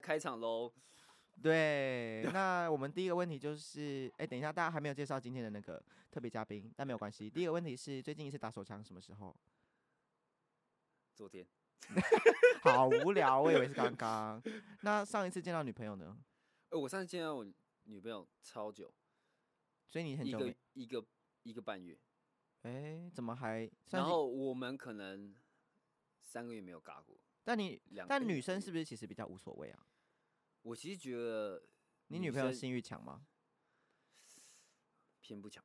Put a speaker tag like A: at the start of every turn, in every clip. A: 开场喽。
B: 对，那我们第一个问题就是，哎、等一下，大家还没有介绍今天的那个特别嘉宾，但没有关系。第一个问题是，最近一次打手枪什么 时候？
A: 昨天
B: 好无聊，我以为是刚刚。那上一次见到女朋友呢？
A: 哎、我上次见到我女朋友超久，
B: 所以你很
A: 一
B: 久没
A: 个一个一个半月，
B: 哎、怎么还？算
A: 然
B: 是，
A: 后我们可能三个月没有尬过。
B: 但你
A: 两
B: 但
A: 哎
B: 女生是不是其实比较无所谓啊？
A: 我其实觉得
B: 你
A: 女
B: 女朋友
A: 生
B: 性欲强吗？
A: 偏不强。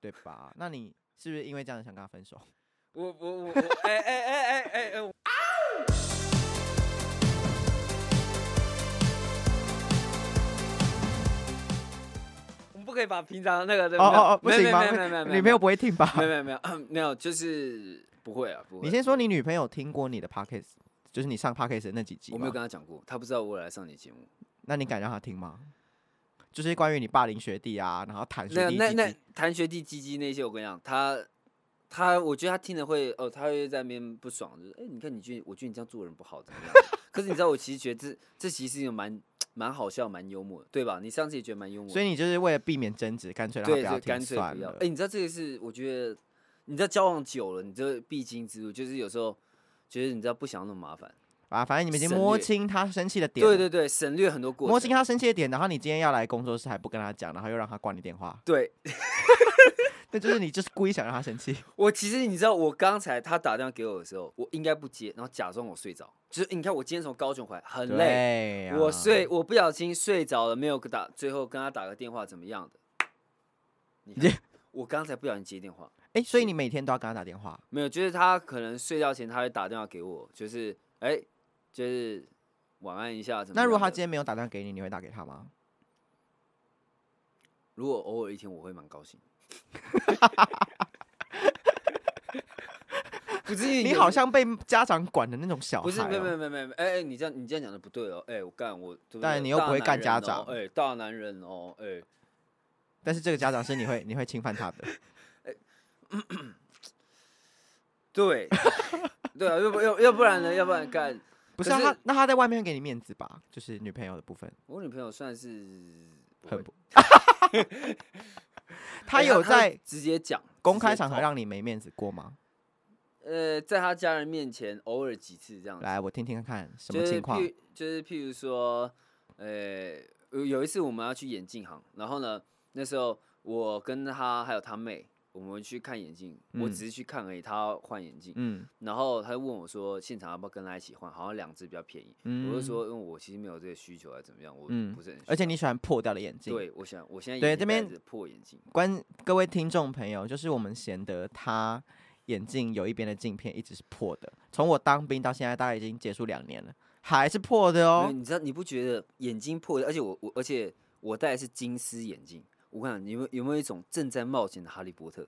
B: 对吧？那你是不是因为这样想跟她分手？
A: 我我我我，哎哎哎哎哎哎，我我们不可以把平常那个对
B: 哦哦哦，不
A: 没有
B: 行吗？
A: 没有没有没有没有，
B: 女朋友不会听吧？
A: 没有没有没有没有没有，就是不会啊，不会。
B: 你先说，你女朋友听过你的 podcast，就是你上 podcast 的那几集
A: 我
B: 吗？
A: 没有跟他讲过，他不知道我来上你节目。
B: 那你敢让她听吗？就是关于你霸凌学弟啊，然后谈学
A: 那
B: 弟
A: 那
B: 几
A: 那
B: 集
A: 谈学弟鸡鸡那些，我跟你讲，他他，我觉得他听了会哦，他会在那边不爽，就是哎、你看你觉得我觉得你这样做人不好，怎么样？ 可是你知道，我其实觉得这这其实是一个蛮蛮好笑、蛮幽默的，对吧？你上次也觉得蛮幽默的，
B: 所以你就是为了避免争执，干脆让她
A: 对，
B: 不
A: 所以
B: 要
A: 干
B: 听
A: 脆
B: 算
A: 不要。
B: 了
A: 哎、。你知道这个是我觉得，你知道交往久了，你这必经之路，就是有时候觉得你知道不想要那么麻烦，
B: 啊，反正你们已经
A: 省
B: 摸
A: 略
B: 清她生气的点了，
A: 对对对，省略很多过
B: 摸
A: 程
B: 清。她生气的点，然后你今天要来工作室还不跟她讲，然后又让她挂你电话，
A: 对，
B: 那就是你就是故意想让她生气。
A: 我其实你知道，我刚才他打电话给我的时候，我应该不接，然后假装我睡着。就是你看，我今天从高雄回来 很累，
B: 累
A: 我睡，我不小心睡着了，没有打，最后跟他打个电话怎么样的？你看我刚才不小心接电话，
B: 哎、所以你每天都要跟她打电话，
A: 没有，就是他可能睡觉前他会打电话给我，就是哎、就是晚安一下怎么样的？
B: 那如果他今天没有打电话给你，你会打给他吗？
A: 如果偶尔一天，我会蛮高兴。 不是因为
B: 你
A: 有
B: 好
A: 时
B: 像被家长管的那种小孩、
A: 不
B: 哦，
A: 是，没有没有没有没有，哎、哎，你这样你这样讲的不对哦，哎、我干我，对不
B: 当
A: 对
B: 然你又
A: 大
B: 不会
A: 男
B: 干
A: 人
B: 家
A: 哦
B: 长
A: 哎、大男人哦，哎、
B: 但是这个家长是你会你会侵犯他的，
A: 对，对啊，要不要要不然呢？要不然干
B: 不是,、啊、
A: 可是
B: 他？那他在外面会给你面子吧？就是女朋友的部分，
A: 我女朋友算是不
B: 很
A: 会
B: 不他
A: 哎
B: 有
A: 她
B: 在
A: 直接讲
B: 公
A: 直
B: 开
A: 接
B: 场合
A: 套
B: 让你没面子过吗？
A: 呃，在他家人面前偶尔几次这样子，
B: 来，我听听看看什
A: 就
B: 么
A: 是
B: 情况
A: 譬。如就是譬如说，呃，有有一次我们要去眼镜行，然后呢，那时候我跟他还有他妹，我们去看眼镜，我
B: 嗯
A: 只是去看而已，他要换眼镜。
B: 嗯
A: 然后他就问我说，现场要不要跟他一起换？好像两只比较便宜。
B: 嗯，
A: 我就，说，因为我其实没有这个需求，还是怎么样？我
B: 嗯
A: 不是很需要。
B: 而且你喜欢破掉的眼镜。
A: 对，我想我现在
B: 对
A: 眼睛
B: 这边
A: 戴着破眼镜，
B: 关各位听众朋友，就是我们贤德他眼镜有一边的镜片一直是破的，从我当兵到现在，大概已经结束两年了，还是破
A: 没
B: 的
A: 有
B: 哦。
A: 你知道你不觉得眼睛破的？而且我我而且我戴的是金丝眼镜。我看你有没有有没有一种正在冒险的哈利波特？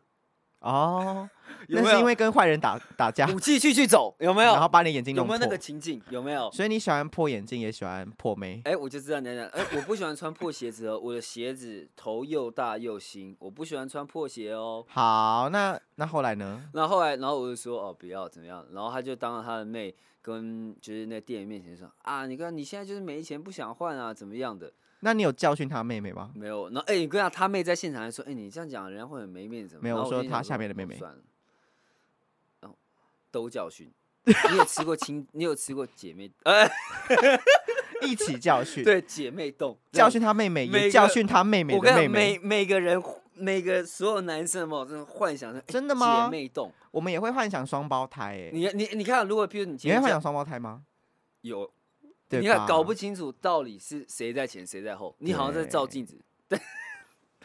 B: 哦，
A: 有没
B: 那是因
A: 有
B: 为跟坏人打打架，
A: 武器去去走？有没有？
B: 然后把你眼睛
A: 有
B: 弄破。
A: 没有那个情境？有没有？
B: 所以你喜欢破眼镜，也喜欢破眉。
A: 哎、我就知道你在讲。哎、我不喜欢穿破鞋子哦，我的鞋子头又大又新，我不喜欢穿破鞋哦。
B: 好，那那后来呢？
A: 然后后来，然后我就说哦，不要怎么样。然后他就当着他的妹跟就是那店员面前说啊，你看你现在就是没钱不想换啊，怎么样的？
B: 那你有教训他妹妹吗？
A: 没有。然后哎、你跟他他妹在现场还说，哎、你这样讲人家会很没面子。
B: 没有
A: 然后
B: 我说
A: 就
B: 他
A: 想
B: 下面的妹妹
A: 哦算了，然后都教训。你有吃过亲？ 你有吃过姐妹？哎、
B: 一起教 训，，
A: 对，姐妹洞
B: 教训他妹妹，
A: 每
B: 也
A: 个
B: 教训他妹妹
A: 我
B: 的
A: 跟你
B: 妹
A: 讲，每
B: 妹。
A: 每个人每个所有男生嘛，真的幻想是哎
B: 真的吗
A: 姐妹洞，
B: 我们也会幻想双胞胎诶、
A: 你你你看，如果譬如你今
B: 你会
A: 天
B: 幻
A: 这
B: 想
A: 样
B: 双胞胎 吗？
A: 有，
B: 对
A: 你看
B: 吧
A: 搞不清楚到底是谁在前谁在后，你好像在照镜子，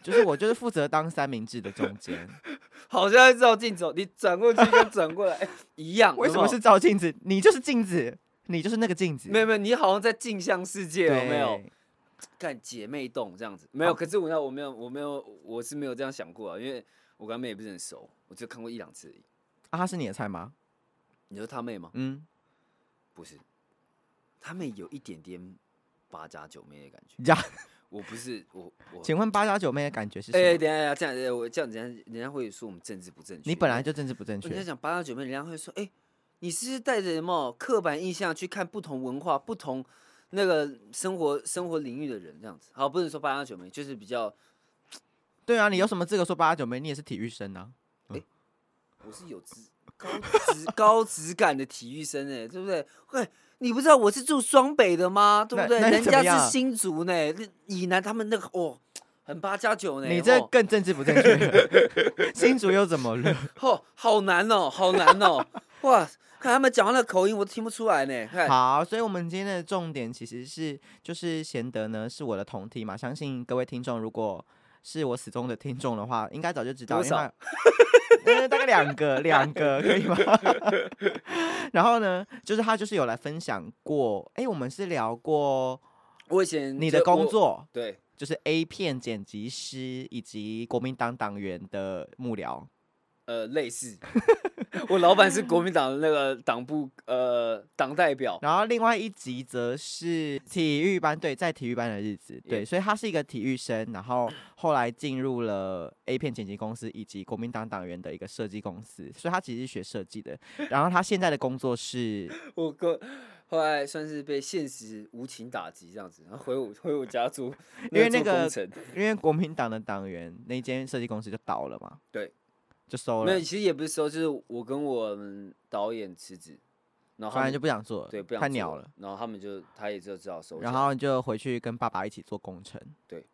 B: 就是我就是负责当三明治的中间。
A: 好像在照镜子哦，你转过去跟转过来 哎一样，
B: 为
A: 有
B: 什
A: 没
B: 么
A: 有
B: 是？照镜子？你就是镜子，你就是那个镜子。
A: 没有没有，你好像在镜像世界哦
B: 对，
A: 有没有？看姐妹洞这样子没有？
B: 好
A: 可是我要我没有我没有我是没有这样想过啊，因为我跟他妹也不是很熟，我只看过一两次而已。
B: 啊，他是你的菜吗？
A: 你说他妹吗？
B: 嗯，
A: 不是，他妹有一点点八加九妹的感觉。
B: 呀，
A: 我不是我我，
B: 请问八家九妹的感觉是什
A: 哎、
B: 么？
A: 等一下等一下这样，呃我这样人家人家会说我们政治不正确。
B: 你本来就政治不正
A: 人家
B: 确，
A: 讲八加九妹，人家会说，哎、你是不是带着什么刻板印象去看不同文化、不同那个生活生活领域的人这样子。好，不能说八加九没，就是比较
B: 对啊，你有什么资格说八九没？你也是体育生啊。
A: 我是有质高质高质感的体育生哎、对不对？哎，你不知道我是住双北的吗？对不对？
B: 那那
A: 人
B: 你怎么
A: 家
B: 样
A: 是新竹呢、那以南他们那个哦，很八加九呢。
B: 你这
A: 哦
B: 更政治不正确。 新竹又怎么了？
A: 哦，好难哦，好难哦， 哇！看他们讲话那口音，我都听不出来呢。看，
B: 好，所以我们今天的重点其实是就是贤德呢是我的同梯嘛，相信各位听众如果是我死忠的听众的话，应该早就知道，
A: 多
B: 因为他 呃大概两个两个可以吗？ 然后呢，就是他就是有来分享过，哎，我们是聊过
A: 我以前
B: 你的
A: 就
B: 工
A: 我，
B: 作，
A: 对
B: 就是 A 片剪辑师以及国民党党员的幕僚。
A: 呃，类似。 我老板是国民党的那个党部呃党代表，
B: 然后另外一集则是体育班，对，在体育班的日子，对，
A: Yeah
B: 所以他是一个体育生，然后后来进入了 A 片剪辑公司以及国民党党员的一个设计公司，所以他其实是学设计的。 然后他现在的工作是，
A: 我哥后来算是被现实无情打击这样子，然后回我回我家住，
B: 因为那
A: 做
B: 个
A: 工程
B: 因为国民党的党员那间设计公司就倒了嘛，
A: 对，
B: 就收
A: 没有，
B: 了，
A: 其实也不是说，就是我跟我们导演辞职，然后他
B: 反正
A: 们
B: 就不想做了，
A: 对不想
B: 太
A: 做
B: 鸟了。，
A: 然后他们就他也就只好收。
B: 然后就回去跟爸爸一起做工程。
A: 对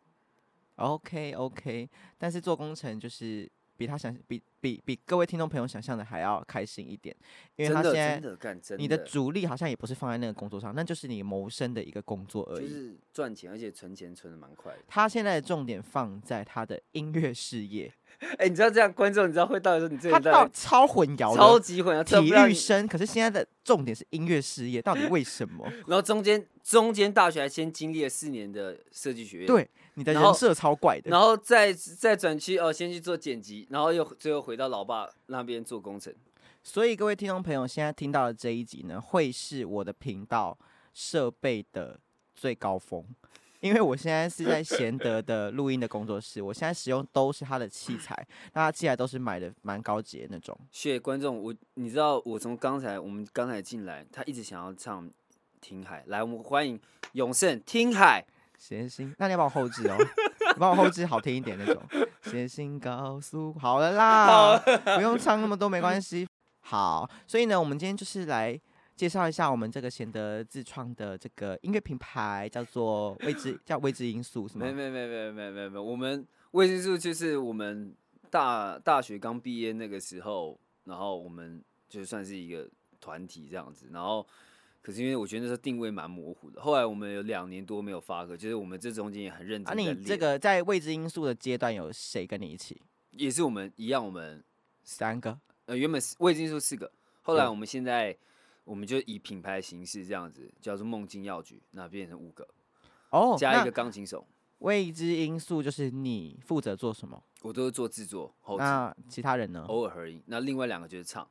B: ，OK OK，但是做工程就是比他想比比比各位听众朋友想象的还要开心一点，因为他
A: 真的
B: 现
A: 真
B: 在
A: 的干真
B: 你的主力好像也不是放在那个工作上，那就是你谋生的一个工作而
A: 就
B: 已。
A: 是赚钱，而且存钱存的蛮快 的。
B: 他现在的重点放在他的音乐事业，
A: 哎、你知道这样观众，你知道会到底说你这
B: 他
A: 个到
B: 到
A: 底
B: 超混淆
A: 超
B: 的
A: 级混淆，这
B: 体
A: 不让
B: 育
A: 你
B: 生，可是现在的重点是音乐事业，到底为什 么？
A: 然后中间中间大学还先经历了四年的设计学院，
B: 对，你的
A: 然后
B: 人设超怪的。
A: 然后再再转去哦，先去做剪辑，然后又最后回到老爸那边做工程。
B: 所以各位听众朋友，现在听到的这一集呢，会是我的频道设备的最高峰，因为我现在是在贤德的录音的工作室，我现在使用都是他的器材，那他器材都是买的蛮高级的那种。
A: 谢观众，我你知道我从刚才我们刚才进来，他一直想要唱《听海》，来，我们欢迎永胜《听海
B: 谐星，那你要帮我后置哦， 你帮我后置好听一点那种。谐星告诉，好了啦，不用唱那么多没关系。好，所以呢，我们今天就是来介绍一下我们这个贤德自创的这个音乐品牌，叫做未 知，叫未知因素，》是吗
A: 没。？没没没没没没，我们未知数就是我们大大学刚毕业那个时候，然后我们就算是一个团体这样子，然后。可是因为我觉得那时候定位蛮模糊的，后来我们有两年多没有发歌，就是我们这中间也很认真
B: 啊，
A: 地
B: 你
A: 练
B: 这个在未知因素的阶段有谁跟你一起？
A: 也是我们一样，我们
B: 三个，
A: 呃，原本是未经数四个，后来
B: 嗯
A: 我们现在我们就以品牌形式这样子，叫做梦境药局，那变成五个，
B: 哦，
A: 加一
B: 那
A: 个钢琴手，
B: 未知因素就是你负责做什么？
A: 我都是做制作后置，
B: 那其他人呢？
A: 偶尔合音。那另外两个就是唱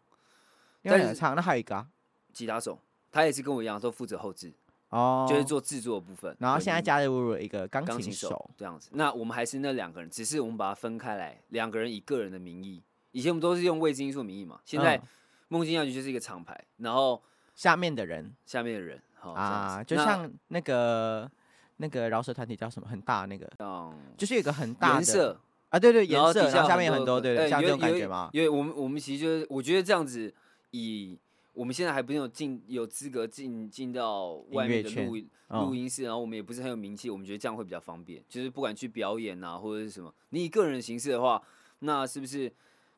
B: 另
A: 哦但
B: 外两个
A: 是
B: 唱，那还有一个啊，
A: 吉他手，他也是跟我一样都负责后置，
B: 哦，
A: 就是做制作的部分。
B: 然后
A: 混
B: 现在
A: 音
B: 加入了一个钢
A: 钢
B: 琴
A: 琴
B: 手
A: 手，这样子，那我们还是那两个人，只是我们把它分开来，两个人以个人的名义。以前我们都是用未知因素名义嘛，现在
B: 嗯
A: 梦境药局就是一个厂牌，然后
B: 下面的人
A: 下面的人好哦这样
B: 啊，
A: 子
B: 就
A: 那
B: 像那个那个饶舌团体叫什么很大那个，
A: 像
B: 就是有一个很大
A: 颜
B: 的
A: 色，
B: 啊，对对，
A: 然
B: 颜
A: 后
B: 色，
A: 底
B: 然后下面有
A: 有
B: 很多，对
A: 呃
B: 对，像这
A: 有
B: 种感
A: 有
B: 觉嘛。
A: 因为我们我们其实就是，我觉得这样子以。我们现在还不有进有资格进进到外面的
B: 音乐
A: 录
B: 哦
A: 录音室，然后我们也不是很有名气，我们觉得这样会比较方便。就是不管去表演啊或者是什么，你以个人的形式的话，那是不是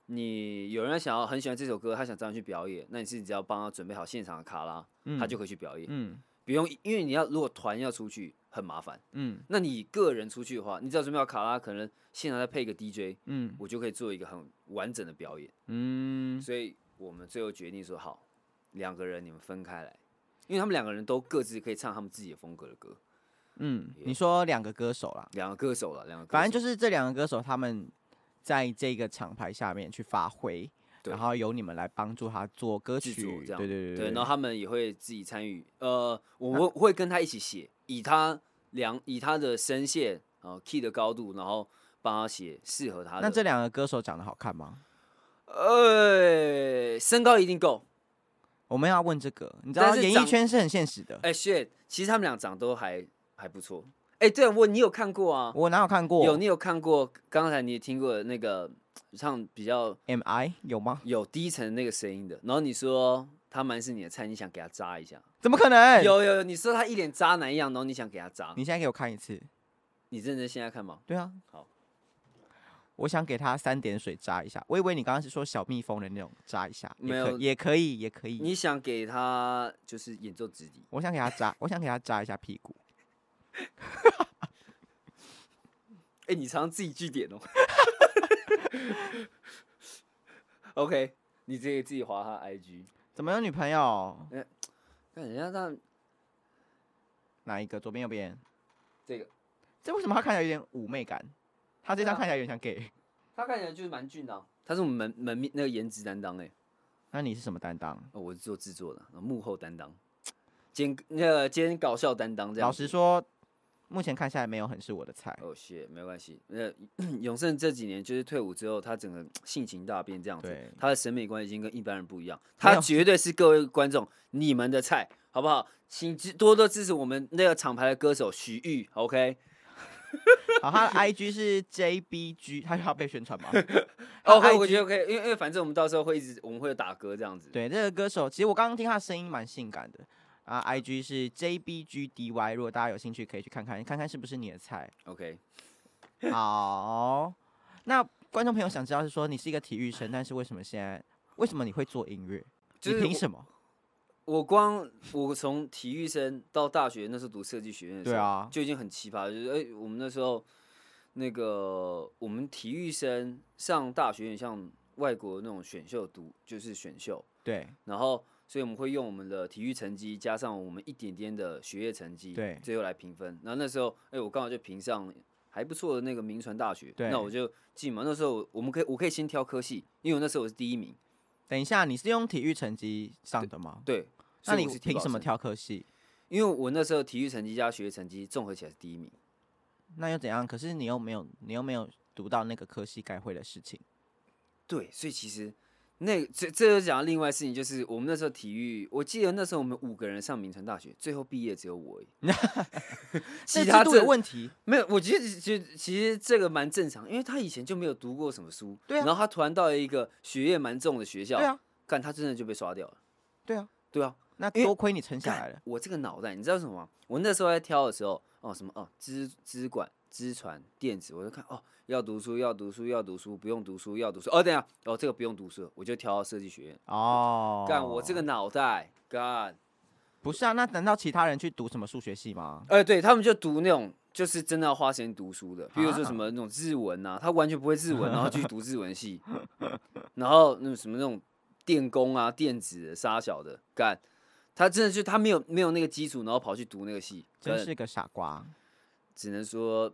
A: 你有人想要很喜欢这首歌，他想找你去表演，那你是只要帮他准备好现场的卡拉，
B: 嗯
A: 他就可以去表演，
B: 嗯
A: 不用因为你要如果团要出去很麻烦，
B: 嗯
A: 那你个人出去的话，你只要准备好卡拉，可能现场再配一个 DJ，
B: 嗯
A: 我就可以做一个很完整的表演。
B: 嗯，
A: 所以我们最后决定说，好，两个人你们分开来，因为他们两个人都各自可以唱他们自己的风格的歌，
B: 嗯，你说两个歌手啦，
A: 两个歌手了，两个歌手
B: 反正就是这两个歌手他们在这个厂牌下面去发挥，
A: 对
B: 然后由你们来帮助他做歌曲
A: 制作，这样，
B: 对对
A: 对，
B: 对，
A: 然后他们也会自己参与，呃，我会会跟他一起写，以他量以他的声线呃 key 的高度，然后帮他写适合他的。
B: 那这两个歌手长得好看吗？
A: 呃身高一定够，
B: 我们要问这个，你知
A: 但
B: 道
A: 是
B: 演艺
A: 长
B: 圈是很现实的。
A: 哎、shit，其实他们俩长都还还不错。哎、对我你有看过啊？
B: 我哪有看过？
A: 有你有看过？刚才你也听过的那个唱比较
B: M I 有吗？
A: 有低沉的那个声音的，然后你说他蛮是你的菜，你想给他扎一下？
B: 怎么可能？。
A: 有有有，你说他一脸渣男一样，然后你想给他扎？
B: 你现在给我看一次。
A: 你认真现在看吗？
B: 对啊。
A: 好。
B: 我想给他三点水扎一下。我以为你刚刚是说小蜜蜂的那种扎一下，也
A: 没
B: 可
A: 有
B: 也可以，也可以。
A: 你想给他就是演奏直笛？
B: 我想给他扎，我想给他扎一下屁股。
A: 哎、你常常自己据点哦。OK，你自己自己划他 IG，
B: 怎么有女朋友？
A: 看人家那
B: 哪一个？左边右边？
A: 这个，
B: 这为什么他看起来有点妩媚感？他这张
A: 对啊
B: 看起来有点像 gay。
A: 他看起来就是蛮俊的啊、他是我们门门面那个颜值担当哎、
B: 那你是什么担当？
A: 哦，我是做制作的，幕后担当，兼那个兼搞笑担当这样。
B: 老实，说，目前看下来没有很是我的菜。
A: 哦，谢，没关系。那永胜这几年就是退伍之后，他整个性情大变这样子
B: 对，
A: 他的审美观已经跟一般人不一样，
B: 没
A: 他
B: 有
A: 绝对是各位观众你们的菜，好不好？请支多多支持我们那个厂牌的歌手徐玉，OK？
B: 好，他的 IG 是 JBG，他要被宣传吗？
A: 哦，
B: 他
A: OK，我
B: IG
A: 觉得 OK，因为因为反正我们到时候会一直我们会有打歌这样子。
B: 对，这个歌手，其实我刚刚听他的声音蛮性感的啊。IG 是 JBGDY，如果大家有兴趣可以去看看，看看是不是你的菜。
A: ，OK，
B: 好，那观众朋友想知道是说你是一个体育生，但是为什么现在为什么你会做音乐？
A: 就
B: 你
A: 是
B: 凭
A: 我
B: 什么？
A: 我光我从体育生到大学那时候读设计学院的时
B: 对
A: 候，
B: 啊，
A: 就已经很奇葩了，就是哎、我们那时候那个我们体育生上大学有点像外国那种选秀读，就是选秀，
B: 对
A: 然后所以我们会用我们的体育成绩加上我们一点点的学业成绩，
B: 对
A: 最后来评分。然后那时候哎、我刚好就评上还不错的那个名传大学，
B: 对
A: 那我就进嘛。那时候我们可以我可以先挑科系，因为我那时候我是第一名，
B: 等一下，你是用体育成绩上的吗？
A: 对。
B: 那
A: 所以
B: 你
A: 我是体
B: 凭
A: 保
B: 什么
A: 生？
B: 挑科系？
A: 因为我那时候体育成绩加学业成绩综合起来是第一名。
B: 那又怎样？可是你又没有，你又没有读到那个科系该会的事情。，
A: 对，所以其实那这这就讲到另外事情，就是我们那时候体育，我记得那时候我们五个人上名传大学，最后毕业只有我而已
B: 这
A: 其
B: 制
A: 他
B: 度
A: 这
B: 有问题，
A: 没有。我觉得其实其实这个蛮正常，因为他以前就没有读过什么书，
B: 对啊
A: 然后他突然到了一个学业蛮重的学校，
B: 对啊，
A: 干他真的就被刷掉了，
B: 对啊，
A: 对啊，
B: 那
A: 因为
B: 多亏你撑下
A: 干
B: 来了。
A: 我这个脑袋，你知道什么吗？我那时候在挑的时候，哦，什么哦，资资管、资传、电子，我就看哦，要读书，要读书，要读书，不用读书，要读书。哦，等一下，哦，这个不用读书，我就挑设计学院。
B: 哦，
A: 干、我这个脑袋，干，
B: 不是啊？那难道其他人去读什么数学系吗？
A: 哎、对他们就读那种。就是真的要花时间读书的，比如说
B: 啊
A: 什么那种日文呐、他完全不会日文，然后去读日文 系，然后那种什么那种电工啊、电子的、沙小的，干，他真的就他没有没有那个基础，然后跑去读那个系，
B: 真
A: 干
B: 是个傻瓜。
A: 只能说，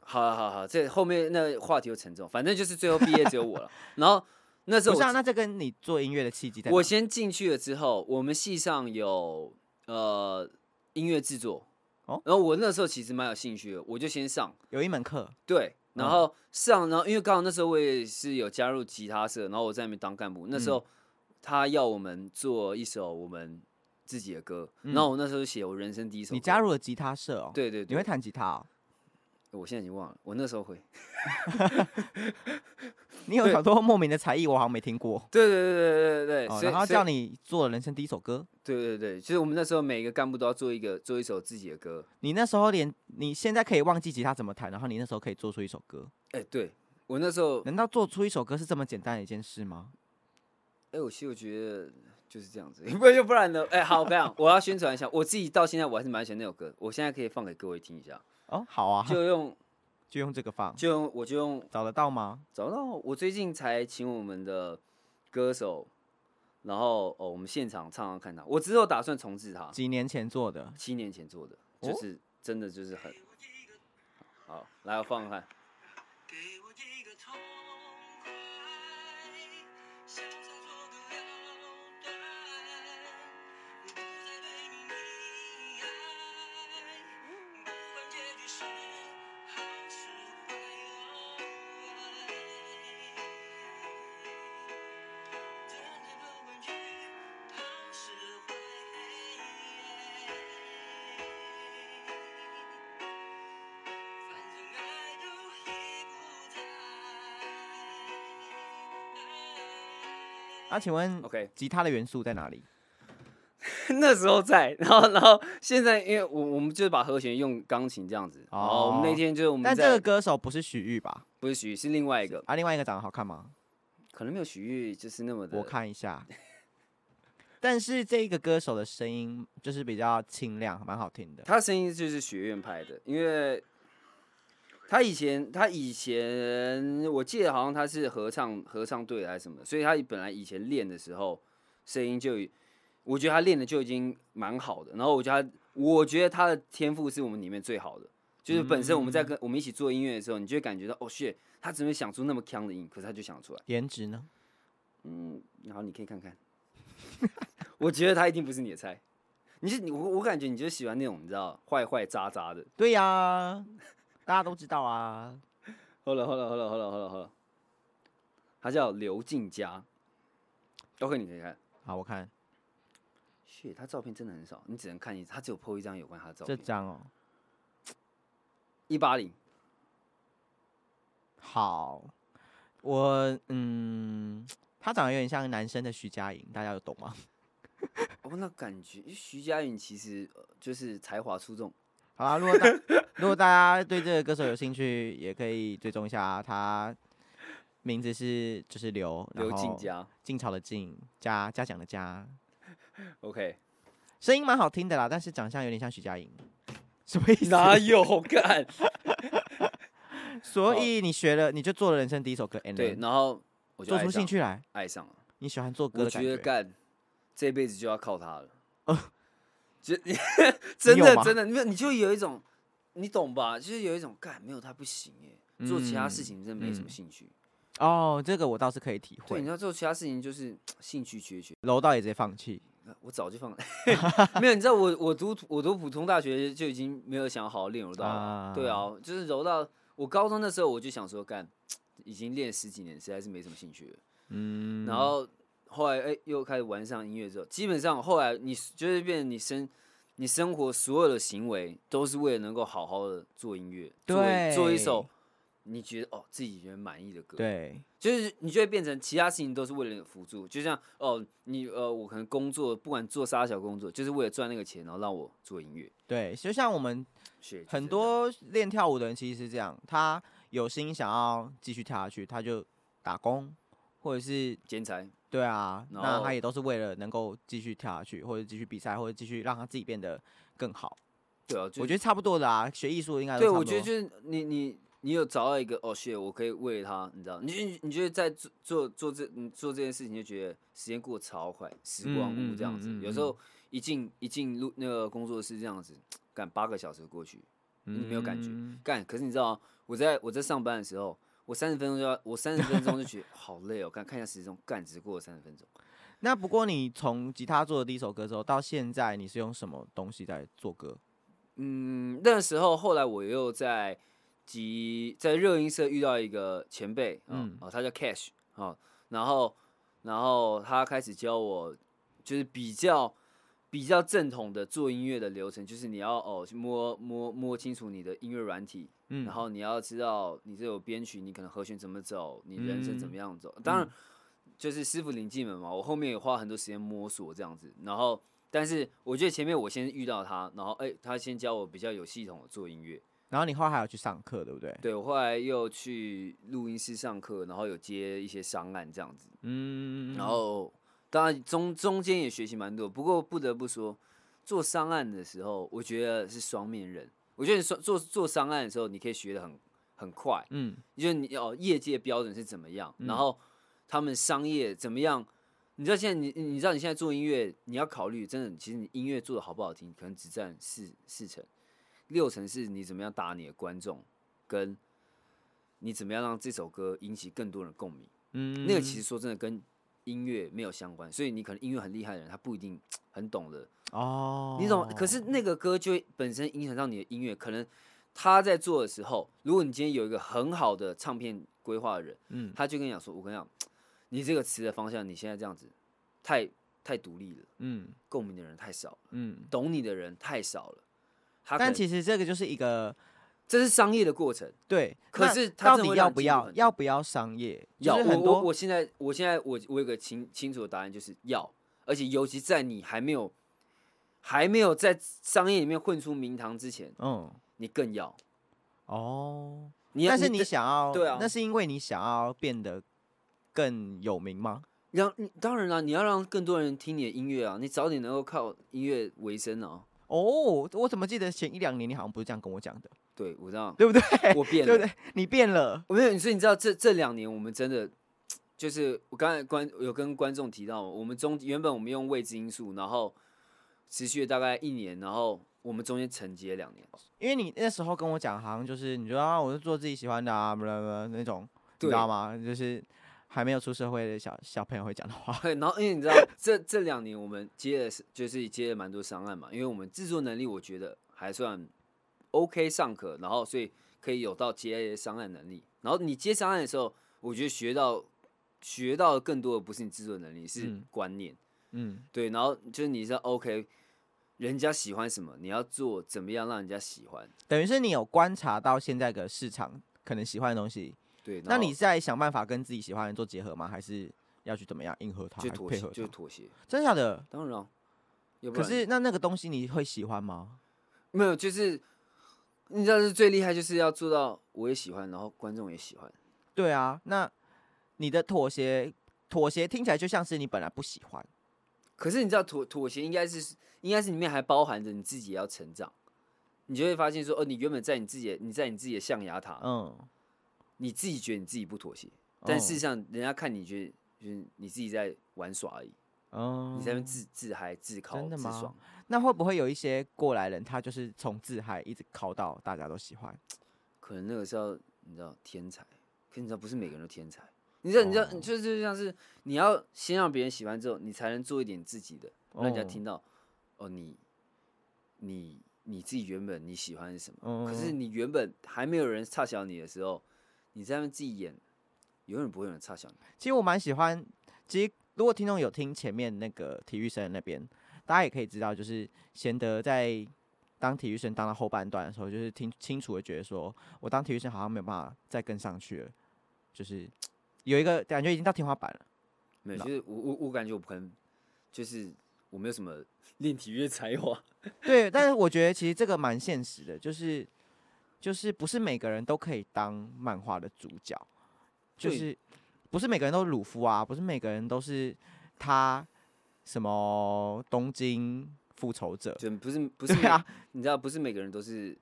A: 好啊好好，这后面那话题又沉重，反正就是最后毕业只有我 了。然后那时
B: 不
A: 候
B: 是啊，
A: 我,、
B: 那这跟你做音乐的契机在哪？
A: 我先进去了之后，我们系上有呃音乐制作，
B: 哦
A: 然后我那时候其实蛮有兴趣的，我就先上，
B: 有一门课，
A: 对，然
B: 嗯
A: 后上，然后因为刚好那时候我也是有加入吉他社，然后我在那边当干部，那
B: 嗯
A: 时候他要我们做一首我们自己的歌，然后我那时候写我人生第一首歌，
B: 嗯你加入了吉他社哦。，
A: 对对
B: 你
A: 对
B: 会，弹吉他哦？
A: 我现在已经忘了，我那时候会。
B: 你有
A: 对
B: 很多莫名的才艺，我好像没听过。
A: 对对对对对对，
B: 哦，
A: 所以
B: 然后
A: 所以
B: 叫你做人生第一首歌，
A: 对对对，其实我们那时候每个干部都要做一个做一首自己的歌。
B: 你那时候连你现在可以忘记吉他怎么弹，然后你那时候可以做出一首歌，
A: 哎，对我那时候，
B: 难道做出一首歌是这么简单的一件事吗？
A: 哎，我其实我觉得就是这样子， 不然就不然呢？哎，好，我跟你讲，我要宣传一下，我自己到现在我还是蛮喜欢那首歌，我现在可以放给各位听一下，
B: 哦，好啊，就
A: 就用
B: 就用这个放，
A: 就用我就用
B: 找得到吗？
A: 找到我最近才请我们的歌手，然后哦我们现场唱唱看他，我之后打算重置他，
B: 几年前做的，
A: 七年前做的，
B: 哦
A: 就是真的就是很好，来我放放看。
C: 给我一个痛快，潇洒做个了断，不再被你溺爱，不管结局是好是坏。等待的问句，好
B: 那、啊请问
A: OK，
B: 吉他的元素在哪里？
A: 那时候在，然后然后现在因为我我们就是把和弦用钢琴这样子。哦，我们
B: 哦
A: 那天就是我们
B: 但这
A: 在
B: 个歌手不是许玉吧？
A: 不是许是另外一个，
B: 啊，另外一个长得好看吗？
A: 可能没有许玉就是那么的。
B: 我看一下。但是这个歌手的声音就是比较清亮，蛮好听的。
A: 他声音就是学院派的，因为他以前他以前我记得好像他是合唱合唱队还是什么，所以他本来以前练的时候声音就，我觉得他练的就已经蛮好的。然后我觉得他，我觉得他的天赋是我们里面最好的，就是本身我们在跟我们一起做音乐的时候，你就会感觉到哦 shit，他怎么会想出那么强的音？可是他就想得出来，
B: 颜值呢？
A: 嗯，然后你可以看看， 我觉得他一定不是你的菜。你是你我我感觉你就喜欢那种你知道坏坏渣渣的，
B: 对呀、大家都知道啊。
A: 好了好了好了好了好了好了，他叫刘静佳。OK，你可以看。
B: 好，我看
A: shit，他照片真的很少，你只能看一，他只有 PO 一张有关他的照
B: 这
A: 片。
B: 张哦。
A: 一八零，
B: 好，我嗯，他长得有点像男生的徐佳莹，大家有懂吗？
A: 哦，那感觉徐佳莹其实呃就是才华出众，
B: 好啦，如果大如果大家对这个歌手有兴趣，也可以追踪一下啊他。名字是就是刘
A: 刘静，
B: 然后
A: 佳。
B: 晋朝的晋，嘉嘉奖的嘉，
A: OK，
B: 声音蛮好听的啦，但是长相有点像徐佳莹，什么意思？
A: 哪有 干？
B: 所
A: 好
B: 以你学了，你就做了人生第一首歌，and
A: 对，
B: then
A: 然后我就
B: 嗯做
A: 爱
B: 出
A: 上
B: 兴趣来，
A: 爱上了，
B: 你喜欢做歌
A: 我
B: 的感哦
A: 觉得干这辈子就要靠他 了。就 真
B: 有
A: 的
B: 吗
A: 真的，没有你就有一种，你懂吧？就是有一种干没有他不行哎，做其他事
B: 嗯
A: 情真的没什么
B: 嗯
A: 兴趣。
B: 哦，这个我倒是可以体
A: 对，你
B: 会
A: 知。道做其他事情就是兴趣缺缺。
B: 楼道也直接放弃，
A: 呃我早就放了， 没有，你知道我我读我读普通大学就已经没有想好好练柔道了。对啊，就是柔道，我高中的时候我就想说干，已经练十几年，实在是没什么兴趣了。
B: 嗯，
A: 然后后来哎、又开始玩上音乐之后，基本上后来你就是变成你生你生活所有的行为都是为了能够好好的做音乐，做一做一首你觉得哦自己觉得满意的歌。
B: 对，
A: 就是你就会变成其他事情都是为了你的辅助，就像哦，你呃，我可能工作不管做啥小工作，就是为了赚那个钱，然后让我做音乐。
B: 对，就像我们
A: 是
B: 很，多练跳舞的人其实是这样，他有心想要继续跳下去，他就打工，或者是
A: 就是这样剪裁，
B: 对啊，
A: 然
B: 那
A: 后
B: 他也都是为了能够继续跳下去，或者继续比赛，或者继续让他自己变得更好。
A: 对啊，就
B: 我觉得差不多的啊，学艺术应该都
A: 对，
B: 差
A: 我
B: 不
A: 觉得
B: 多
A: 就是你你你有找到一个哦，shit，我可以为了他，你知道，你就你觉得在做做做这你做这件事情，就觉得时间过得超快，时光
B: 嗯
A: 屋
B: 嗯
A: 这样子。
B: 嗯嗯
A: 有时候一进一进入那个工作室这样子，干八个小时过去，你没有感觉
B: 嗯
A: 干，可是你知道吗，我在我在上班的时候，我三十分钟就要，我三十分钟就觉得 好累哦。看看一下时钟，干，只过了三十分钟。
B: 那不过你从吉他做的第一首歌之后，到现在你是用什么东西在做歌？
A: 嗯，那时候后来我又在吉在热音社遇到一个前辈，嗯
B: 嗯，
A: 哦，他叫 Cash 哦，然后然后他开始教我，就是比较。比较正统的做音乐的流程，就是你要哦去摸摸摸清楚你的音乐软体，
B: 嗯，
A: 然后你要知道你这有编曲，你可能和弦怎么走，你人生怎
B: 嗯
A: 么样走。当然，就是师傅领进门嘛。我后面也花很多时间摸索这样子，然后但是我觉得前面我先遇到他，然后哎、他先教我比较有系统的做音乐。
B: 然后你后来还有去上课，对不对？
A: 对我后来又去录音室上课，然后有接一些商案这样子，
B: 嗯，
A: 然后当然中中间也学习蛮多，不过不得不说，做商案的时候，我觉得是双面人。我觉得你说做做商案的时候，你可以学的很很快，
B: 嗯，
A: 就是你哦，业界标准是怎么样，
B: 嗯
A: 然后他们商业怎么样？你知道现在你你知道你现在做音乐，你要考虑真的，其实你音乐做的好不好听，可能只占四四成，六成是你怎么样打你的观众，跟你怎么样让这首歌引起更多人共鸣。
B: 嗯，
A: 那个其实说真的跟音乐没有相关，所以你可能音乐很厉害的人，他不一定很懂得
B: 哦，
A: 你懂吗？可是那个歌就会本身影响到你的音乐，可能他在做的时候，如果你今天有一个很好的唱片规划的人，
B: 嗯
A: 他就跟你讲说：“我跟你讲，你这个词的方向，你现在这样子，太太独立了，
B: 嗯
A: 共鸣的人太少了，
B: 嗯，
A: 懂你的人太少了。”他可
B: 但
A: 能
B: 其实这个就是一个
A: 这是商业的过程。
B: 对，
A: 可
B: 那
A: 是它
B: 到
A: 真的
B: 底
A: 会
B: 要
A: 让
B: 不
A: 进步
B: 要
A: 很
B: 要不要商业？
A: 要
B: 就是很
A: 我我
B: 多
A: 我现在我现在我我有个清清楚的答案，就是要，而且尤其在你还没有还没有在商业里面混出名堂之前，
B: 嗯
A: 你更要。
B: 哦，
A: 你要
B: 但是你
A: 得
B: 想要
A: 对啊
B: 那是因为你想要变得更有名吗？
A: 让你当然啦，你要让更多人听你的音乐啊，你早点能够靠音乐为生啊。
B: 哦，我怎么记得前一两年你好像不是这样跟我讲的，
A: 对，我知道，
B: 对不对？
A: 我变
B: 对
A: 了
B: 不。对？你变了，
A: 我没有，所以你知道这这两年我们真的就是我刚才观有跟观众提到，我们中原本我们用未知因素，然后持续了大概一年，然后我们中间承接两年，
B: 因为你那时候跟我讲，好像就是你说啊，我是做自己喜欢的啊，不啦不啦那种，你知
A: 对
B: 道吗？就是还没有出社会的小小朋友会讲 的 话。
A: 然后因为你知道这这两年我们接的是就是接了蛮多商案嘛，因为我们制作能力我觉得还算 OK 尚可，然后所以可以有到接商案能力。然后你接商案的时候，我觉得学到学到的更多的不是你制作能力，是
B: 嗯
A: 观念。
B: 嗯，
A: 对，然后就是你是 OK，人家喜欢什么，你要做怎么样让人家喜欢。
B: 等于是你有观察到现在的市场可能喜欢的东西，
A: 对，
B: 那
A: 然后
B: 你在想办法跟自己喜欢的做结合吗？还是要去怎么样迎合它，
A: 就
B: 还是
A: 妥
B: 配
A: 协，
B: 合
A: 就
B: 它？
A: 妥协，
B: 真的假的？
A: 当然啊，要不
B: 可
A: 然
B: 是那那个东西你会喜欢吗？
A: 没有，就是你知道是最厉害，就是要做到我也喜欢，然后观众也喜欢。
B: 对啊，那你的妥协，妥协听起来就像是你本来不喜欢。
A: 可是你知道妥妥协应该是应该是里面还包含着你自己也要成长，你就会发现说，哦，你原本在你自己的你在你自己的象牙塔，
B: 嗯，
A: 你自己觉得你自己不妥协，但
B: 嗯
A: 事实上人家看你觉得就是你自己在玩耍而已，
B: 哦
A: 你在那边自自嗨、自考、
B: 的
A: 自
B: 吗
A: 爽。
B: 那会不会有一些过来人，他就是从自嗨一直考到大家都喜欢？
A: 可能那个是要你知道天才，可你知道不是每个人都天才，你知道你知道
B: 哦
A: 就是就像是你要先让别人喜欢之后，你才能做一点自己的，让人家
B: 哦
A: 听到哦你你你自己原本你喜欢是什么，
B: 嗯
A: 可是你原本还没有人差小你的时候，你在那边自己演，永远不会有人差小你。
B: 其实我蛮喜欢，其实如果听众有听前面那个体育生那边，大家也可以知道，就是贤德在当体育生当到后半段的时候，就是听清楚的觉得说，我当体育生好像没有办法再跟上去了，就是有一个感觉已经到天花板了。
A: 没有，
B: 那
A: 就是我我我感觉我可能就是我没有什么 练体育的才华，
B: 对，但是我觉得其实这个蛮现实的，就是就是不是每个人都可以当漫画的主角，就
A: 对
B: 是不是每个人都是鲁夫啊，不是每个人都是他什么东京复仇者，
A: 就不是不是
B: 对啊，
A: 你知道，不是每个人都是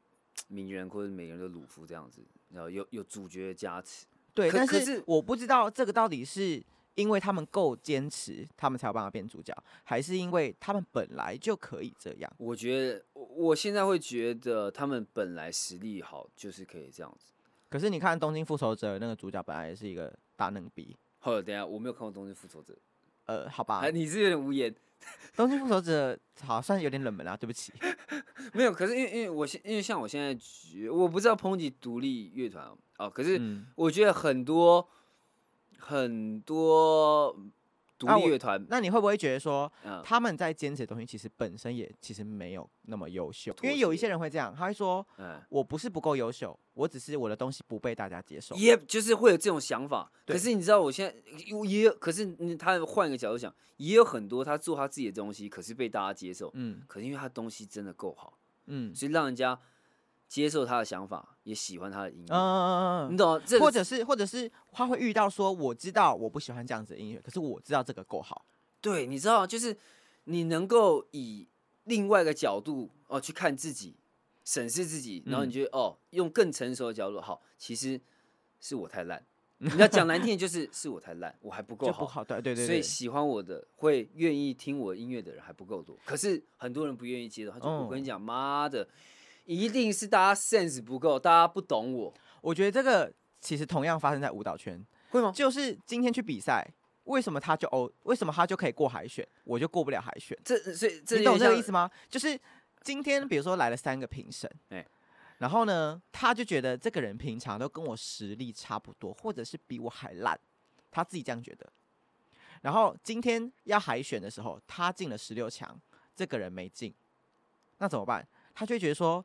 A: 名人，或者每个人都鲁夫这样子，然后有有主角的加持，
B: 对，
A: 可
B: 但
A: 可
B: 是
A: 是
B: 我不知道这个到底是因为他们够坚持，他们才有办法变主角，还是因为他们本来就可以这样。
A: 我觉得我我现在会觉得他们本来实力好，就是可以这样子。
B: 可是你看《东京复仇者》那个主角本来也是一个大嫩逼，
A: 好了，等一下我没有看过《东京复仇者》
B: 呃，好吧，
A: 哎， 你是有点无言。
B: 东京复仇者》好像有点冷门啊，对不起。
A: 没有，可是因为因为我现因为像我现在觉我不知道抨击独立乐团哦哦，可是
B: 嗯，
A: 我觉得很多很多独
B: 啊
A: 立
B: 我
A: 乐团，
B: 那你会不会觉得说
A: 嗯，
B: 他们在坚持的东西，其实本身也其实没有那么优秀？因
A: 妥
B: 为有一
A: 协
B: 些人会这样，他会说
A: 嗯，
B: 我不是不够优秀，我只是我的东西不被大家接受。
A: 也就是会有这种想法。可
B: 对
A: 是你知道，我现在有也有，可是你他换一个角度想，也有很多他做他自己的东西，可是被大家接受。
B: 嗯
A: 可是因为他东西真的够好，
B: 嗯
A: 所以让人家接受他的想法，也喜欢他的音
B: 嗯嗯
A: 乐。
B: 嗯嗯
A: 你
B: 嗯
A: 懂吗？这
B: 或者是或者是他会遇到说，我知道我不喜欢这样子的音乐，可是我知道这个够好。
A: 对，你知道，就是你能够以另外一个角度哦去看自己，审视自己，然后你
B: 嗯
A: 觉得、哦，用更成熟的角度，好，其实是我太 烂。你要讲难听，就是是我太烂，我还不够
B: 就
A: 好
B: 不。好，对对对
A: 所以
B: 对，
A: 喜欢我的会愿意听我音乐的人还不够多，可是很多人不愿意接受。他就、我
B: 哦
A: 跟你讲，妈的，一定是大家 sense 不够，大家不懂我，
B: 我觉得这个其实同样发生在舞蹈圈，
A: 会吗？
B: 就是今天去比赛，为什么他就哦，为什么他就可以过海选，我就过不了海选？
A: 这所以这
B: 你懂这个意思
A: 吗？
B: 吗？就是今天比如说来了三个评审，
A: 哎
B: 然后呢，他就觉得这个人平常都跟我实力差不多，或者是比我还烂，他自己这样觉得。然后今天要海选的时候，他进了十六强，这个人没进，那怎么办？他就会觉得说，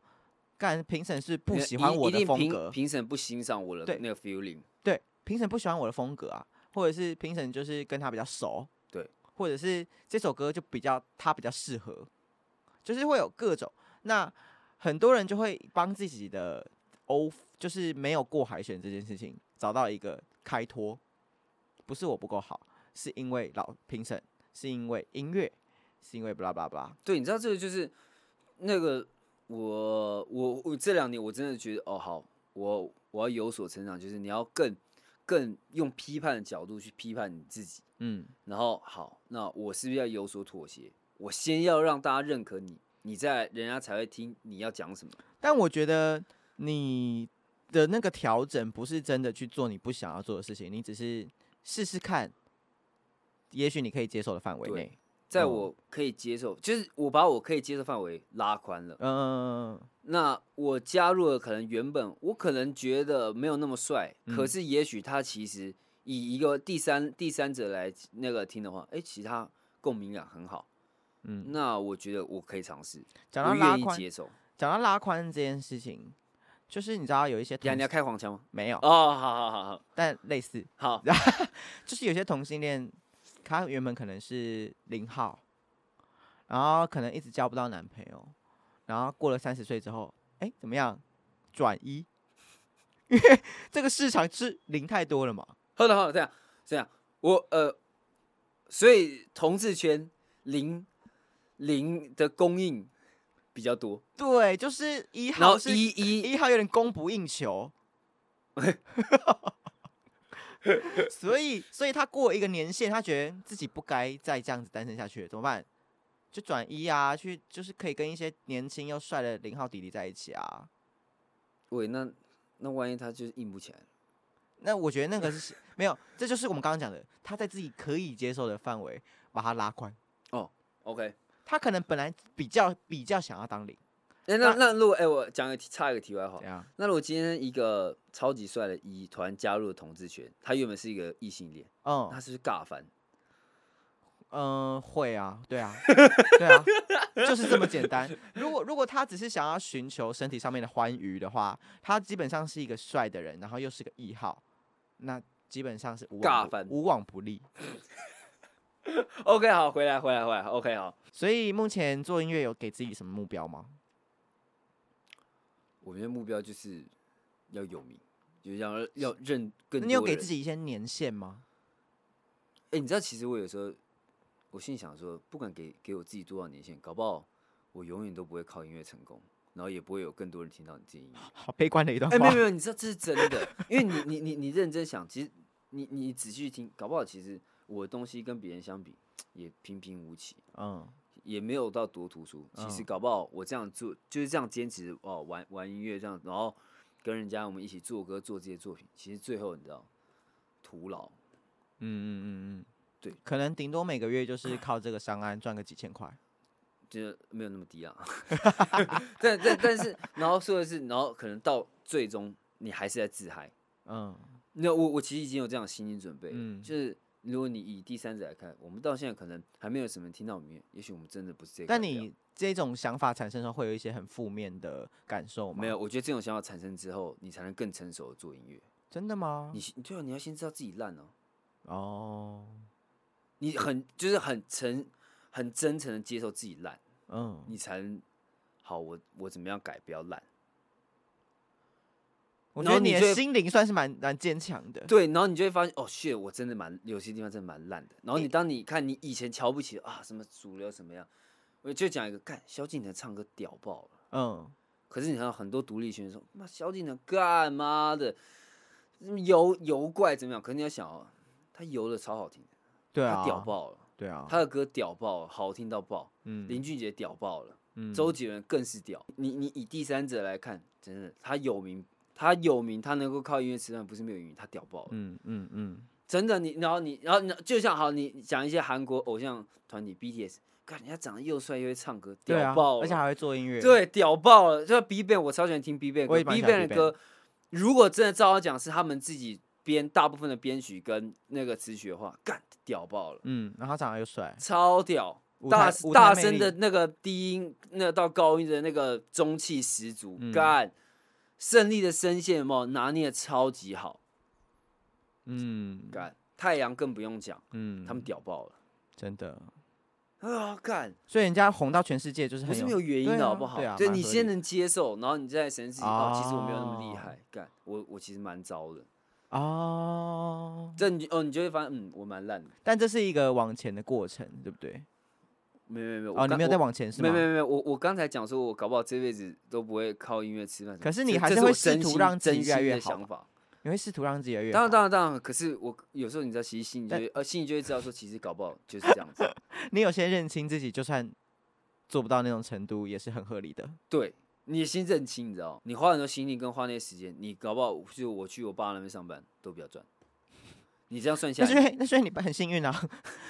B: 干评审是不
A: 那
B: 喜
A: 一
B: 欢我
A: 一
B: 的
A: 定
B: 风
A: 评
B: 格，
A: 评审不欣赏我
B: 对
A: 的那个 feeling，
B: 对，评审不喜欢我的风格啊，或者是评审就是跟他比较熟，
A: 对，
B: 或者是这首歌就比较他比较适合，就是会有各种。那很多人就会帮自己的欧，就是没有过海选这件事情找到一个开脱，不是我不够好，是因为老评审，是因为音乐，是因为 blah blah blah，
A: 对，你知道这个就是那个我我我这两年我真的觉得哦好，我我要有所成长，就是你要更更用批判的角度去批判你自己，
B: 嗯，
A: 然后好，那我是不是要有所妥协？我先要让大家认可你，你再人家才会听你要讲什么。
B: 但我觉得你的那个调整不是真的去做你不想要做的事情，你只是试试看，也许你可以接受的范围
A: 对
B: 内。
A: 在
B: 哦
A: 我可以接受，就是我把我可以接受范围拉宽了。
B: 嗯，
A: 那我加入了，可能原本我可能觉得没有那么帅，可
B: 嗯
A: 是也许他其实以一个第三第三者来那个听的话，哎、其实他共鸣感很好。
B: 嗯
A: 那我觉得我可以尝试，
B: 讲
A: 我
B: 到拉
A: 愿意
B: 宽，
A: 接受。
B: 讲到拉宽这件事情，就是你知道有一些
A: 呀，
B: 同
A: 你要
B: 性
A: 开黄腔吗？
B: 没有，
A: 哦，好好好好
B: 但类似，
A: 好，
B: 就是有些同性恋，他原本可能是零号，然后可能一直交不到男朋友，然后过了三十岁之后，哎，怎么样？转一，因为这个市场是零太多了嘛。
A: 好了好了，这样这样，我呃，所以同志圈零零的供应比较多，
B: 对，就是一
A: 然
B: 号
A: 后
B: 是
A: 一一
B: 一号有点供不应求， 所以所以他过了一个年限，他觉得自己不该再这样子单身下去了，怎么办？就转一啊，去就是可以跟一些年轻又帅的零号弟弟在一起啊。
A: 喂，那那万一他就是硬不起来，
B: 那我觉得那个是 没有，这就是我们刚刚讲的，他在自己可以接受的范围把它拉宽。
A: OK，
B: 他可能本来比较比较想要当零，
A: 哎、那那如果哎、我讲个题插一个题外话
B: 怎，样？
A: 那如果今天一个超级帅的一突然加入了同志圈，他原本是一个异性恋，
B: 嗯
A: 那他是不是尬翻？
B: 嗯，会啊，对啊，对啊，就是这么简单。如果如果他只是想要寻求身体上面的欢愉的话，他基本上是一个帅的人，然后又是个一号，那基本上是无往
A: 尬
B: 不
A: 翻
B: 无往不利。
A: OK，好，回来回来回来，OK，好，
B: 所以目前做音乐有给自己什么目标吗？
A: 我们的目标就是要有名，就是要要认更
B: 那
A: 多。
B: 你有给自？己一些年限吗？
A: 哎、你知道其实我有时候，我心里想说，不管给给我自己多少年限，搞不好我永远都不会靠音乐成功，然后也不会有更多人听到你这音乐。
B: 好悲观的一段
A: 哎、没
B: 话。
A: 有没有，你知道这是真的，因为你你你你认真想，其实你你仔细听，搞不好其实我的东西跟别人相比也平平无奇，
B: 嗯，
A: 也没有到多突出。其实
B: 嗯
A: 搞不好我这样做就是这样坚持哦，玩玩音乐这样，然后跟人家我们一起做歌做这些作品，其实最后你知道徒劳。
B: 嗯嗯嗯嗯，
A: 对，
B: 可能顶多每个月就是靠这个商案赚个几千块。
A: 就是没有那么低啊， 但但但是，然后说的是，然后可能到最终你还是在自嗨，
B: 嗯，
A: 那我我其实已经有这样的心理准备了，
B: 嗯
A: 就是如果你以第三者来看，我们到现在可能还没有什么人听到我们音乐，也许我们真的不是这个
B: 但
A: 料。
B: 你这种想法产生的时候，会有一些很负面的感受吗？
A: 没有，我觉得这种想法产生之后，你才能更成熟的做音乐。
B: 真的吗？
A: 你先对啊，你要先知道自己烂哦、
B: 哦，
A: 你很就是很诚、很真诚的接受自己烂，
B: 嗯，
A: 你才能好。我我怎么样改不要烂？
B: 我
A: 然
B: 觉
A: 后
B: 得你
A: 你
B: 的
A: 就会
B: 心灵算是蛮蛮坚强的。
A: 对，然后你就会发现，哦，shit，我真的蛮有些地方真的蛮烂的。然后你当你看你以前瞧不起的啊，什么主流什么样，我就讲一个，干萧敬腾唱歌屌爆了。
B: 嗯，
A: 可是你看到很多独立选手，妈萧敬腾干妈的油油怪怎么样？可是你要想哦，他油的超好听的，
B: 对啊，
A: 他屌，爆了，
B: 对啊，
A: 他的歌屌爆了，好听到爆。
B: 嗯
A: 林俊杰屌爆了，
B: 嗯
A: 周杰伦更是屌。你你以第三者来看，真的他有名，他有名，他能够靠音乐吃饭，不是没有原因，他屌爆了。
B: 嗯嗯嗯，
A: 真的，你然后你然后你就像好，你讲一些韩国偶像团体 BTS，看人家长得又帅又会唱歌，
B: 对啊
A: 屌爆，了，
B: 而且还会做音乐。，
A: 对，屌爆了！就 B Ban，我超喜欢听 B Ban
B: 我也
A: 歌。
B: 蛮
A: B
B: 喜欢
A: Ban 的
B: BigBang
A: 歌，如果真的照他讲是他们自己编，大部分的编曲跟那个词曲的话，干屌爆了，
B: 嗯，然后他长得又帅，
A: 超屌！
B: 舞
A: 大
B: 台舞台
A: 大
B: 魅
A: 声的
B: 力
A: 那个低音，那到高音的那个中气十足
B: 嗯，
A: 干、胜利的声线有没有拿捏得超级好？
B: 嗯
A: 干太阳更不用讲，
B: 嗯，
A: 他们屌爆了
B: 真的，
A: 啊！干
B: 所以人家红到全世界就是
A: 不
B: 很
A: 是没有原因
B: 对
A: 的好
B: 啊
A: 不好？
B: 对啊
A: 就
B: 蛮
A: 你
B: 合
A: 先
B: 理
A: 能接受，然后你再审视自己，哦，其实我没有那么厉
B: 哦
A: 害，干我我其实蛮糟的。
B: 哦，
A: 这你就哦，你就会发现，嗯，我蛮烂的。
B: 但这是一个往前的过程，对不对？
A: 没有没有没有，我
B: 哦，你
A: 刚
B: 没有在
A: 我
B: 往前是
A: 没
B: 吗？
A: 有没有没有，我我刚才讲说，我搞不好这辈子都不会靠音乐吃饭什么。
B: 可是你
A: 这
B: 还
A: 这
B: 是
A: 是
B: 会
A: 我
B: 试
A: 真
B: 图
A: 心
B: 让自
A: 真
B: 己越来
A: 心
B: 越
A: 的
B: 好
A: 想
B: 嘛
A: 法。
B: 你会试图让自己越来越
A: 当然
B: 好
A: 当然当然，可是我有时候你知道，其实心里就会呃，心里就会知道说，其实搞不好就是这样子。
B: 你有些认清自己，就算做不到那种程度，也是很合理的。
A: 对，你先认清，你知道，你花很多心力跟花那些时间，你搞不好就我去我爸那边上班都比较赚。你这样算下
B: 那
A: 来
B: 所，以 那所以你很幸运啊，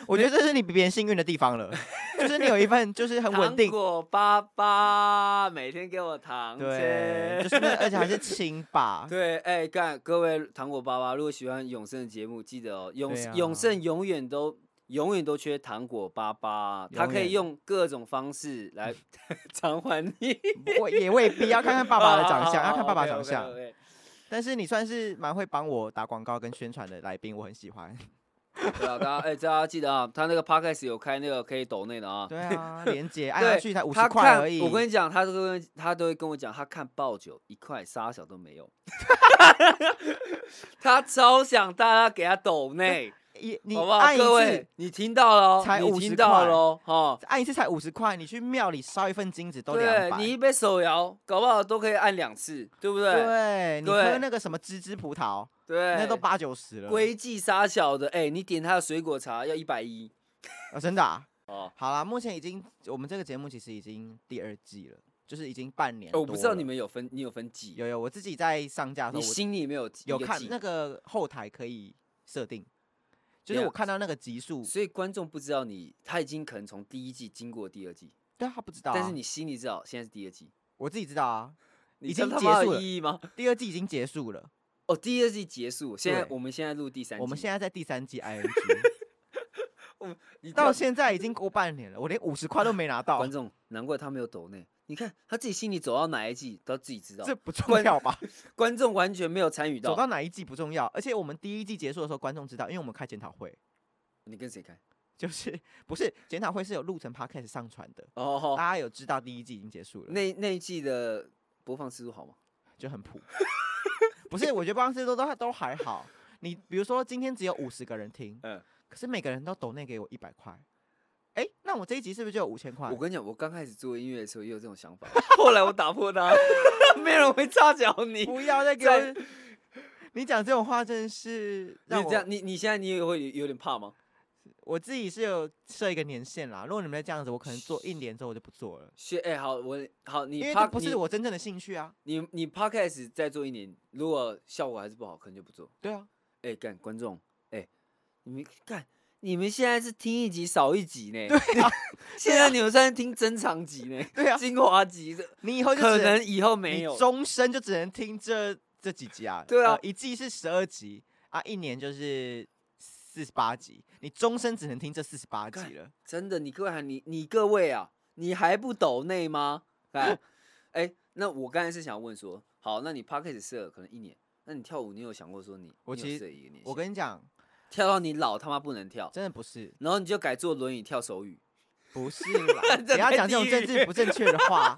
B: 我觉得这是你比别人幸运的地方了，就是你有一份就是很稳定
A: 糖，果爸爸每天给我糖吃。
B: 对，就是 那而且还是亲吧，
A: 对，哎、干各位糖果爸爸，如果喜欢永盛的节目，记得哦，永、
B: 对啊
A: 永盛永远都永远都缺糖果爸爸，他可
B: 永远
A: 以用各种方式来 偿还你
B: 我也未必要看看 爸爸的长
A: 哦
B: 相，要看爸爸长相。
A: o k
B: 但是你算是蛮会帮我打广告跟宣传的来宾，我很 喜欢。
A: 对啊，大家哎、大家记得啊，他那个 podcast 有开那个可以抖内的啊。
B: 对啊，连 接按
A: 对
B: 下去才五
A: 他
B: 十块
A: 看
B: 而已。
A: 我跟你讲，他都跟他都会跟我讲，他看爆酒一块沙小都 没有，他超想大家给他抖内，
B: 你你
A: 好不好？
B: 按一
A: 各
B: 次
A: 位，，你听到了哦，
B: 才
A: 你
B: 50
A: 听到了哦，哈。
B: 按一次才五十块，你去庙里烧一份金子都两
A: 对
B: 百。
A: 你一杯手摇，搞不好都可以按两次，对不对？
B: 对，你
A: 对
B: 喝那个什么芝芝葡萄，
A: 对，
B: 那都八九十了。
A: 归记沙小的，哎、你点他的水果茶要一百一
B: 啊，真的、啊。
A: 哦。
B: 好啦，目前已经我们这个节目其实已经第二季了，就是已经半年
A: 哦
B: 多了。
A: 我不知道你们有分，你有分季，
B: 有有，我自己在上架的
A: 你
B: 时候，
A: 心里没有
B: 我有
A: 一个
B: 看
A: 季
B: 那个后台可以设定，
A: 这
B: 就是
A: 样
B: 我看到那个集数，
A: 所以观众不知道你，他已经可能从第一季经过第二季，
B: 对啊他不知道、啊，
A: 但是你心里知道现在是第二季，
B: 我自己知道啊，
A: 你
B: 已
A: 知道
B: 经
A: 他妈有
B: 结束了
A: 意义吗？
B: 第二季已经结束了，
A: 哦，第二季结束，现在
B: 对
A: 我们现在录第三季，
B: 我们现在在第 三季 ing，
A: 在
B: 到现在已经过半年了，我连五十块都没拿到
A: 观，众，难怪他没有抖内，你看他自己心里走到哪一季，他自己知道
B: 这，不重
A: 观
B: 要吧？
A: 观众完全没有参与
B: 走
A: 到。
B: 到哪一季不重要，而且我们第一季结束的时候，观众知道，因为我们开检讨会，
A: 你跟谁开？
B: 就是 不是检讨会是有录成 podcast 上传的，
A: 哦，
B: 大家有知道第一季已经结束了，
A: 那那一季的播放次数好吗？
B: 就很普。 不是，我觉得办公室都都都还好。你比如说今天只有五十个人听，
A: 嗯
B: 可是每个人都抖内给我一百块，哎、那我这一集是不是就有五千块
A: 我？跟你讲，我刚开始做音乐的时候也有这种想 法，后来我打破它， 没有人会插脚你。
B: 不要再给
A: 在
B: 我！ 你讲这种话真的是
A: 你
B: 让
A: 这
B: 我
A: 样，你你现在你也会有点怕吗？
B: 我自己是有设一个年限啦。如果你们再这样子，我可能做一年之后我就不做了，
A: 学哎、好，我好，你
B: 因为这
A: pod-
B: 不
A: 你
B: 是我真正的兴趣啊。
A: 你你 podcast 再做一年，如果效果还是不好，可能就不做。
B: 对啊，
A: 哎、干观众，哎、你们干，你们现在是听一集少一集呢？对、 现在你们算是听珍藏集呢，
B: 啊对啊，
A: 精华集的，
B: 你以后就
A: 可
B: 只
A: 能以后没
B: 你
A: 有。
B: 终身就只能听这这几集啊。
A: 对啊
B: 呃一季是十二集啊，一年就是四十八集，你终身只能听这四十八集了。
A: 真的，你各位还你你各位啊，你还不抖内吗？哎哎，那我刚才是想问说，好，那你 p a c k a g e 设可能一年，那你跳舞你有想过说你
B: 我
A: 你有
B: 其实
A: 设一个年
B: 我
A: 限
B: 跟你讲，
A: 跳到你老他妈不能跳，
B: 真的不是，
A: 然后你就改坐轮椅跳手语。，
B: 不是啦 不要
A: 太
B: 讲这种
A: 地
B: 政
A: 狱
B: 治不正确的 话，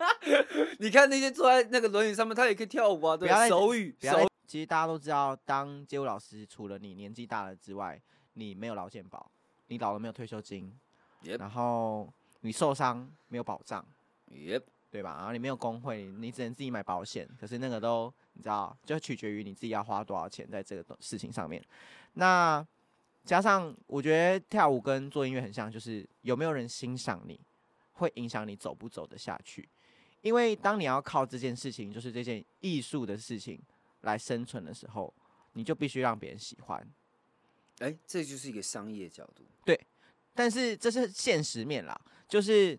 A: 你看那些坐在那个轮椅上面，他也可以跳舞啊，对
B: 不要
A: 吧，
B: 再
A: 手语
B: 不要
A: 手
B: 再。其实大家都知道，当街舞老师，除了你年纪大了之外，你没有劳健保，你老了没有退休金，
A: Yep
B: 然后你受伤没有保障。
A: Yep，
B: 对吧？然后你没有工会，你只能自己买保险。可是那个都你知道，就取决于你自己要花多少钱在这个东事情上面。那加上我觉得跳舞跟做音乐很像，就是有没有人欣赏你，会影响你走不走得下去。因为当你要靠这件事情，就是这件艺术的事情来生存的时候，你就必须让别人喜欢。
A: 哎，这就是一个商业角度。
B: 但是这是现实面啦，就是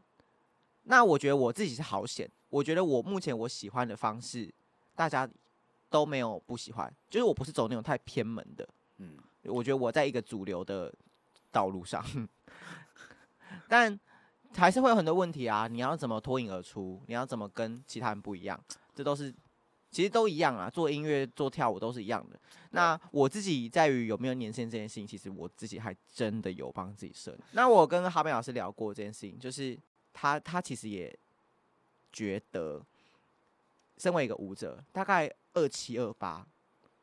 B: 那我觉得我自己是好险，我觉得我目前我喜欢的方式，大家都没有不喜欢，就是我不是走那种太偏门的，
A: 嗯，
B: 我觉得我在一个主流的道路上，但还是会有很多问题啊。你要怎么脱颖而出？你要怎么跟其他人不一样？这都是其实都一样啊。做音乐、做跳舞都是一样的。那我自己在于有没有年限这件事情，其实我自己还真的有帮自己设。那我跟哈贝老师聊过这件事情，就是他他其实也觉得，身为一个舞者，大概二七二八、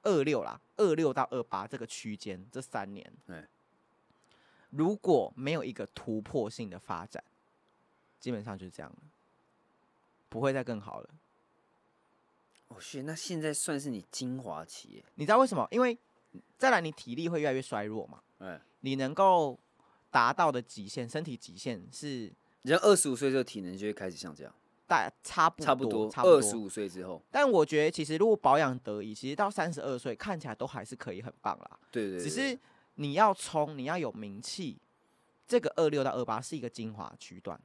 B: 二六啦，二六到二八这个区间，这三年，
A: 哎
B: 如果没有一个突破性的发展，基本上就是这样了，不会再更好了。
A: 哦，是，那现在算是你精华期耶，
B: 你知道为什么？因为再来，你体力会越来越衰弱嘛，
A: 哎，
B: 你能够达到的极限，身体极限是
A: 人二十五岁之后体能就会开始下降，
B: 大差不多，
A: 差不多
B: 差不
A: 二十五岁之后，
B: 但我觉得，其实如果保养得宜，其实到三十二岁看起来都还是可以很棒啦。
A: 对对
B: 只
A: 对，
B: 是你要冲，你要有名气，这个二六到二八是一个精华区段。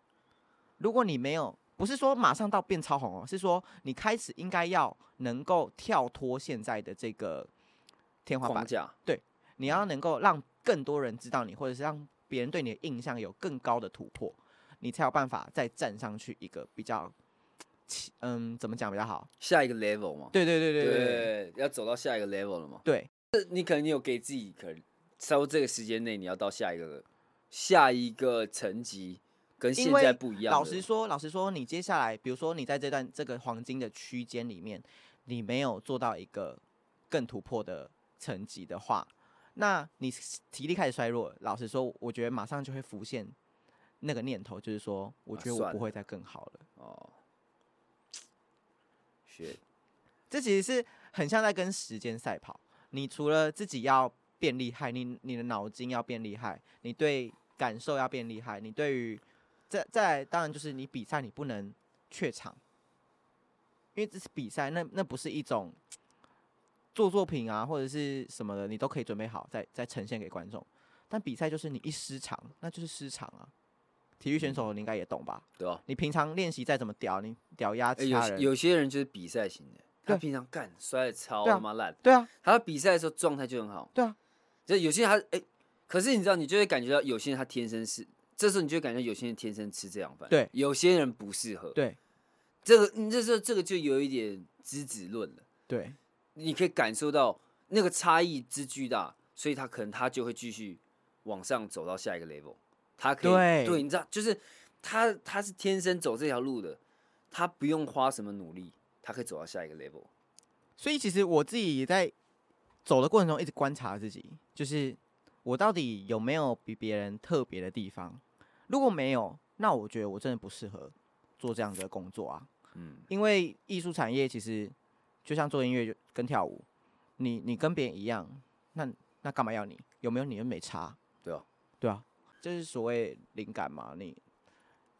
B: 如果你没有，不是说马上到变超红哦，是说你开始应该要能够跳脱现在的这个天花
A: 框
B: 板，
A: 架，
B: 你要能够让更多人知道你，或者是让别人对你的印象有更高的突破，你才有办法再站上去一个比较，嗯，怎么讲比较好？
A: 下一个 level 嘛，
B: 对对对对对对
A: 对，要走到下一个 level 了嘛，
B: 对，
A: 这你可能你有给自己可能稍微这个时间内你要到下一个下一个层级，跟现
B: 因为
A: 在不一样的，
B: 老实说，老实说，你接下来，比如说你在这段这个黄金的区间里面，你没有做到一个更突破的成绩的话，那你体力开始衰弱了。老实说，我觉得马上就会浮现那个念头，就是说，我
A: 啊
B: 觉得我
A: 算
B: 不
A: 了
B: 会再更好了。
A: 哦，学
B: 这其实是很像在跟时间赛跑。你除了自己要变厉害，你你的脑筋要变厉害，你对感受要变厉害，你对于再再来，当然就是你比赛你不能怯场，因为这是比赛，那那不是一种做作品啊或者是什么的，你都可以准备好再再呈现给观众。但比赛就是你一失常，那就是失常啊。体育选手你应该也懂吧？
A: 嗯对吧？
B: 你平常练习再怎么屌，你屌压
A: 哎
B: 其
A: 有
B: 他
A: 些
B: 啊人，
A: 有些人就是比赛型的，他
B: 对
A: 平常干摔的超
B: 对啊
A: 他妈烂，
B: 对啊，
A: 他比赛的时候状态就很好。
B: 对啊，
A: 就有些人他哎、可是你知道，你就会感觉到有些人他天生是，这时候你就会感觉有些人天生吃这样饭，
B: 对
A: 有些人不适合。
B: 对
A: 这个你这时候这个就有一点资质论了，
B: 对。
A: 你可以感受到那个差异之巨大，所以他可能他就会继续往上走到下一个 level，他可以
B: 对
A: 对，你知道，就是他他是天生走这条路的，他不用花什么努力，他可以走到下一个 level。
B: 所以其实我自己也在走的过程中一直观察自己，就是我到底有没有比别人特别的地方？如果没有，那我觉得我真的不适合做这样子的工作啊。
A: 嗯，
B: 因为艺术产业其实就像做音乐跟跳舞，你你跟别人一样，那那干嘛要你？有没有你又没差，
A: 对啊，
B: 对啊，就是所谓灵感嘛。你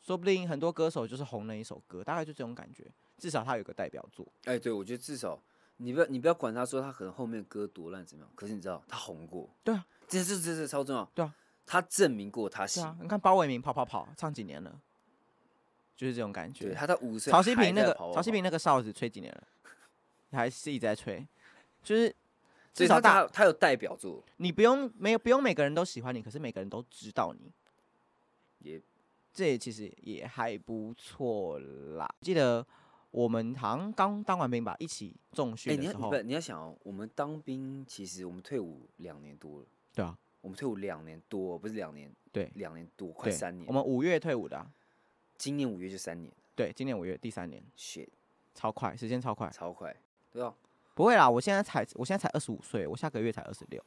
B: 说不定很多歌手就是红了一首歌，大概就这种感觉，至少他有个代表作。
A: 哎、对，我觉得至少你不要你不要管他说他可能后面歌多烂怎么样，可是你知道他红过，
B: 对啊，
A: 这这这这超重要，
B: 对啊，
A: 他证明过他
B: 是
A: 行，
B: 啊，你看包伟明跑跑跑唱几年了，就是这种感
A: 对
B: 觉。
A: 他到五十岁
B: 曹希
A: 还
B: 平那
A: 在
B: 个
A: 跑啊
B: 曹希，平那个哨子吹几年了，还是一直在吹，就是
A: 所
B: 至
A: 以
B: 少
A: 他
B: 大
A: 他他有代表作，
B: 你不用没有不用每个人都喜欢你，可是每个人都知道你，
A: 也
B: 这也其实也还不错啦。记得我们好像刚当完兵吧，一起重
A: 哎、
B: 训
A: 你
B: 的
A: 要
B: 时
A: 你
B: 候，
A: 不你要想、哦，我们当兵其实我们退伍两年多了，
B: 对啊，
A: 我们退伍两年多，不是两年
B: 对
A: 两年多，快
B: 对，
A: 三年，
B: 我们五月退伍的啊、
A: 今年五月就三年
B: 对，今年五月第三年，
A: ，shit，
B: 超快，时间超快。
A: 超快，对啊，
B: 不会啦，我现在才我现在才二十五岁，我下个月才二十六。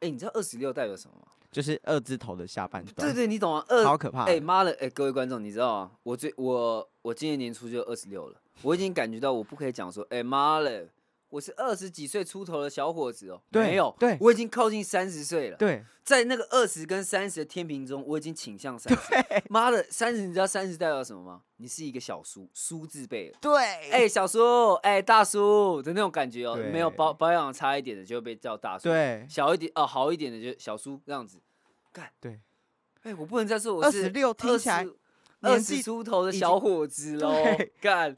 A: 哎、你知道二十六代表什么吗？
B: 就是二字头的下半段，
A: 对对，你懂啊，二
B: 超可怕的。
A: 哎妈了！哎、各位观众，你知道吗？我最我我今年年初就二十六了，我已经感觉到我不可以讲说，哎、妈了，我是二十几岁出头的小伙子哦、
B: 对
A: 没有，
B: 对
A: 我已经靠近三十岁了。
B: 对
A: 在那个二十跟三十的天平中，我已经倾向三十。妈的，三十，你知道三十代表什么吗？你是一个小叔，叔字辈了。
B: 对，
A: 哎、小叔，哎、大叔的那种感觉哦、
B: 对
A: 没有保保养差一点的就会被叫大叔，，
B: 对
A: 小一点哦、好一点的就小叔这样子。
B: 对，
A: 哎、我不能再说我是
B: 26听起来
A: 20二
B: 年
A: 十
B: 纪
A: 出头的
B: 已经
A: 小伙子喽
B: 对，
A: 干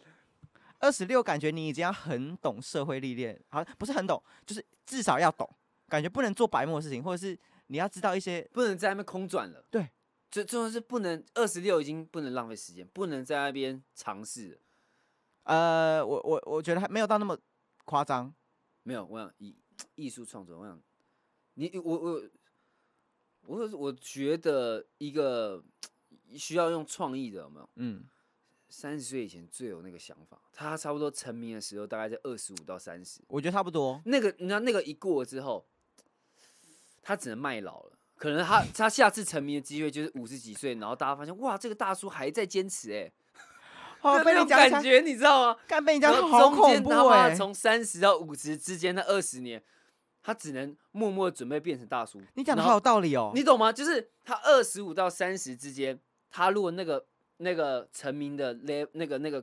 B: 二十六感觉你已经要很懂社会历练，好不是很懂，就是至少要懂，感觉不能做白目的事情，或者是你要知道一些
A: 不能在那边空转了。
B: 对，
A: 最重要是不能二十六已经不能浪费时间，不能在那边尝试了。
B: 呃，我我我觉得还没有到那么夸张，
A: 没有，我想艺艺术创作，我想你我我我我觉得一个需要用创意的，有没有？
B: 嗯，
A: 三十岁以前最有那个想法，他差不多成名的时候，大概在二十五到三十，
B: 我觉得差不多。
A: 那个你知道那个一过之后，他只能卖老了。可能他他下次成名的机会就是五十几岁，然后大家发现哇，这个大叔还在坚持哎、
B: 哦，
A: 就
B: 被
A: 那
B: 你
A: 种
B: 讲一
A: 感
B: 下，
A: 觉你知道吗？
B: 干被你
A: 然
B: 讲
A: 后
B: 好
A: 中
B: 恐
A: 间
B: 怖
A: 他妈
B: 哎、
A: 从三十到五十之间那二十年，他只能默默准备变成大叔。
B: 你讲的
A: 然
B: 好
A: 后
B: 有道理哦。
A: 你懂吗？就是他二十五到三十之间，他如果那个那个成名的 le 那个那个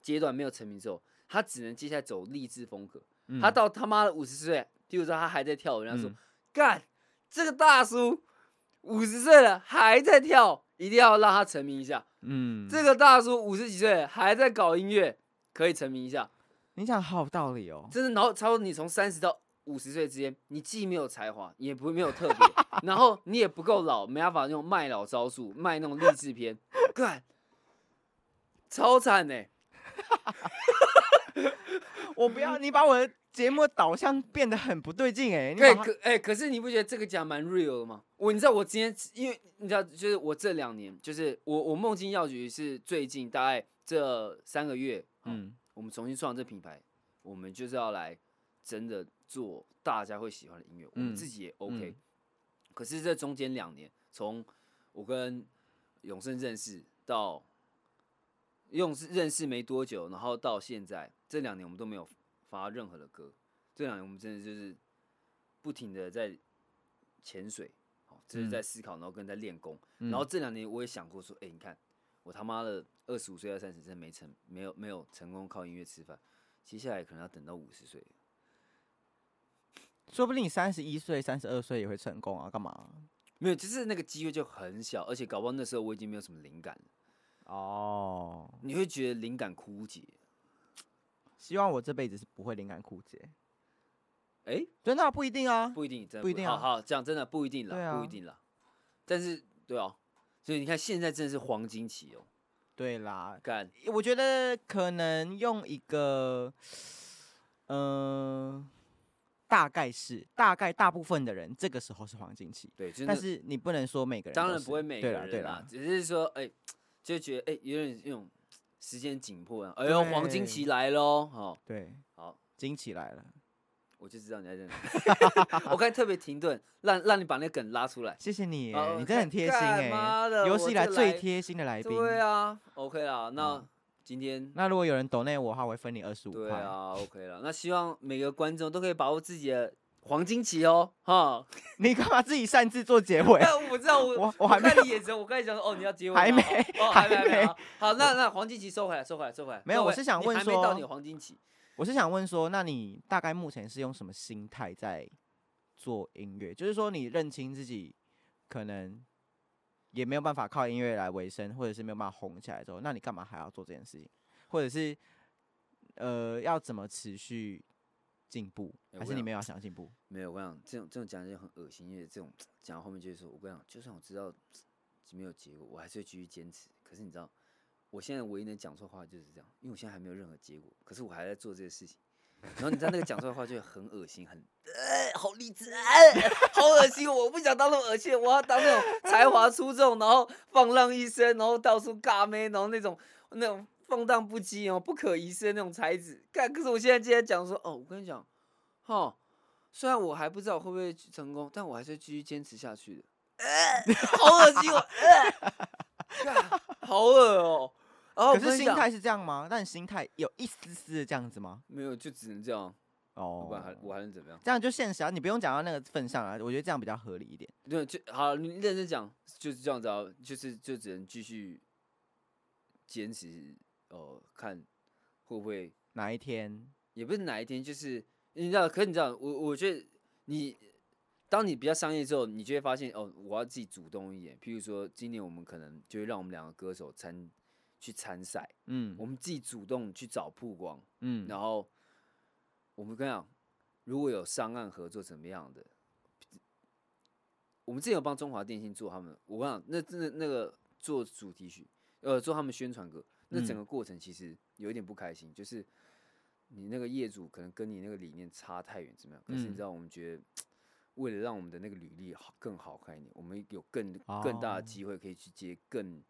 A: 阶段没有成名之后，他只能接下来走励志风格。
B: 嗯
A: 他到他妈的五十岁，比如说他还在跳舞，人家说
B: 嗯
A: 干、这个大叔五十岁了还在跳，一定要让他成名一下。
B: 嗯，
A: 这个大叔五十几岁了还在搞音乐，可以成名一下。
B: 你讲得好有道 理哦。
A: 真的，然后差不多你从三十到五十岁之间，你既没有才华，也不没有特别，然后你也不够老，没办法用卖老招数，卖那种励志片，干，超惨呢、欸
B: 哎我不要你把我的节目导向变得很不对劲哎、你
A: 对，
B: 把它
A: 可哎、可是你不觉得这个奖蛮 real 的吗？我你知道我今天，因为你知道，就是我这两年，就是我我梦境药局是最近大概这三个月，嗯，
B: 嗯
A: 我们重新创这品牌，我们就是要来真的做大家会喜欢的音乐，我
B: 嗯
A: 们自己也 OK、
B: 嗯
A: 可是这中间两年，从我跟永胜认识到用认识没多久，然后到现在这两年，我们都没有发任何的歌。这两年我们真的就是不停的在潜水，好，就是
B: 嗯
A: 在思考，然后跟在练功。
B: 嗯
A: 然后这两年我也想过说，哎、你看我他妈的二十五岁到三十，真的没成，没有没有成功靠音乐吃饭，接下来可能要等到五十岁。
B: 说不定你三十一岁、三十二岁也会成功啊，干嘛？
A: 没有，就是那个机会就很小，而且搞不好那时候我已经没有什么灵感了，
B: 哦，
A: 你会觉得灵感枯竭。
B: 希望我这辈子是不会灵感枯竭。
A: 哎、
B: 真的啊、不一定啊，
A: 不一定，真的
B: 不一定啊
A: 好好讲真的不一定
B: 对
A: 啦，
B: 啊
A: 不一定啦。但是对哦，所以你看现在真的是黄金期哦，
B: 对啦，
A: 干
B: 我觉得可能用一个，嗯、大概是大概大部分的人这个时候是黄金期，
A: 对，真的
B: 但是你不能说每个人都是，
A: 当然不会每个
B: 对啦对
A: 人
B: 啦
A: 啦，，只是说哎、就觉得哎、有点那种时间紧迫啊，哎呦黄金期来哦喽，好、
B: 对，
A: 好，
B: 惊起来了，
A: 我就知道你在这里， 我刚才特别停顿，让让你把那个梗拉出来，
B: 谢谢你耶，
A: 哦
B: 你真的很贴心
A: 干
B: 哎、
A: 妈的
B: 有
A: 我
B: 史
A: 这
B: 以来最
A: 来
B: 贴心的来宾。嗯
A: 对啊，OK 啦，那、今天。
B: 那如果有人抖内我的话，我会分你二十五
A: 对
B: 块。
A: 啊，OK 了。那希望每个观众都可以把握自己的黄金期哦，哈。
B: 你干嘛自己擅自做结尾？
A: 但 我不知道，我
B: 我我还没
A: 看你眼神，我刚才想说，哦，你要结尾吗，
B: 还没
A: 哦，还没，
B: 还
A: 还
B: 没
A: 没。好好，那那黄金期收回来，收回来，收回来。
B: 没有
A: 各位
B: 我是想
A: 你
B: 问
A: 还没到
B: 说
A: 你的黄金期，
B: 我是想问说，那你大概目前是用什么心态在做音乐？就是说，你认清自己可能也没有办法靠音乐来维生，或者是没有办法红起来之后，那你干嘛还要做这件事情？或者是呃，要怎么持续进步？
A: 哎
B: 还
A: 我
B: 是你
A: 想
B: 没有想进步？
A: 没有。我想这种这种讲就很恶心，因为这种讲到后面就是说，我跟你讲，就算我知道没有结果，我还是会继续坚持。可是你知道，我现在唯一能讲错话就是这样，因为我现在还没有任何结果，可是我还在做这个事情。然后你知道那个讲出来的话就很恶心，很呃，好励志，呃，好恶心，我不想当那种恶心，我要当那种才华出众，然后放浪一生，然后到处尬妹，然后那种那种放荡不羁，然后不可一世的那种才子。干，可是我现在竟然讲说，哦，我跟你讲，哦，虽然我还不知道我会不会成功，但我还是继续坚持下去 的。呃，好恶心，我呃，干呃 好恶哦。然后我
B: 可
A: 跟
B: 是
A: 你
B: 心
A: 讲
B: 态是这样吗？那你心态有一丝丝的这样子吗？
A: 没有，就只能这样，
B: 哦
A: 不，然还我还能怎么样？
B: 这样就现实啊，你不用讲到那个份上啊，我觉得这样比较合理一点。
A: 对，就好，你认真讲，就是这样子啊，就是就只能继续坚持，呃，看会不会，
B: 哪一天？
A: 也不是哪一天，就是你知道，可是你知道，我我觉得你，当你比较商业之后，你就会发现，哦，我要自己主动一点。譬如说，今年我们可能就会让我们两个歌手参去参赛，
B: 嗯
A: 我们自己主动去找曝光，
B: 嗯，
A: 然后我们跟你讲，如果有上岸合作怎么样的，我们之前有帮中华电信做他们，我跟你讲，那真的那个做主题曲，呃，做他们宣传歌，那整
B: 嗯
A: 个过程其实有一点不开心，就是你那个业主可能跟你那个理念差太远，怎么样？可是
B: 嗯
A: 你知道，我们觉得。为了让我们的那个履历好更好看一点，我们有更更大
B: 哦
A: 的机会可以去接更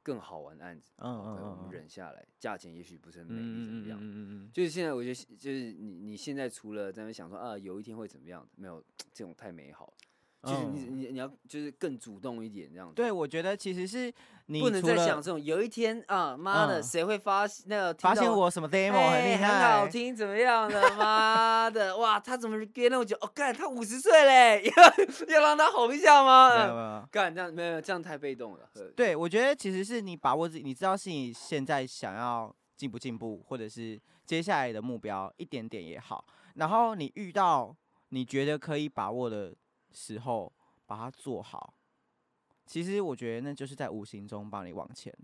A: 更好玩的案子。
B: 嗯
A: 好
B: 嗯
A: 可能我
B: 嗯
A: 们
B: 嗯
A: 忍下来，价钱也许不是很美丽，怎
B: 嗯嗯
A: 么
B: 嗯
A: 样？
B: 嗯嗯
A: 就是现在，我觉得就是你你现在除了在那边想说啊，有一天会怎么样，没有这种太美好了。就是你、
B: 嗯
A: 你你要就是更主动一点这样子，
B: 对，我觉得其实是你
A: 不能
B: 除
A: 再
B: 了
A: 想这种有一天啊，妈的，
B: 嗯
A: 谁会发那个听
B: 发
A: 到
B: 现我什么 demo 很
A: 哎
B: 厉害，
A: 很好听怎么样的？妈的，哇，他怎么憋那么久？哦，干，他五十岁嘞，要要让他红一下
B: 没有，没
A: 吗？嗯
B: 有没有。
A: 干，这样没有这样太被动了。呃
B: 对，我觉得其实是你把握自己，你知道是你现在想要进不进步，或者是接下来的目标一点点也好。然后你遇到你觉得可以把握的时候，把它做好。其实我觉得那就是在无形中帮你往前，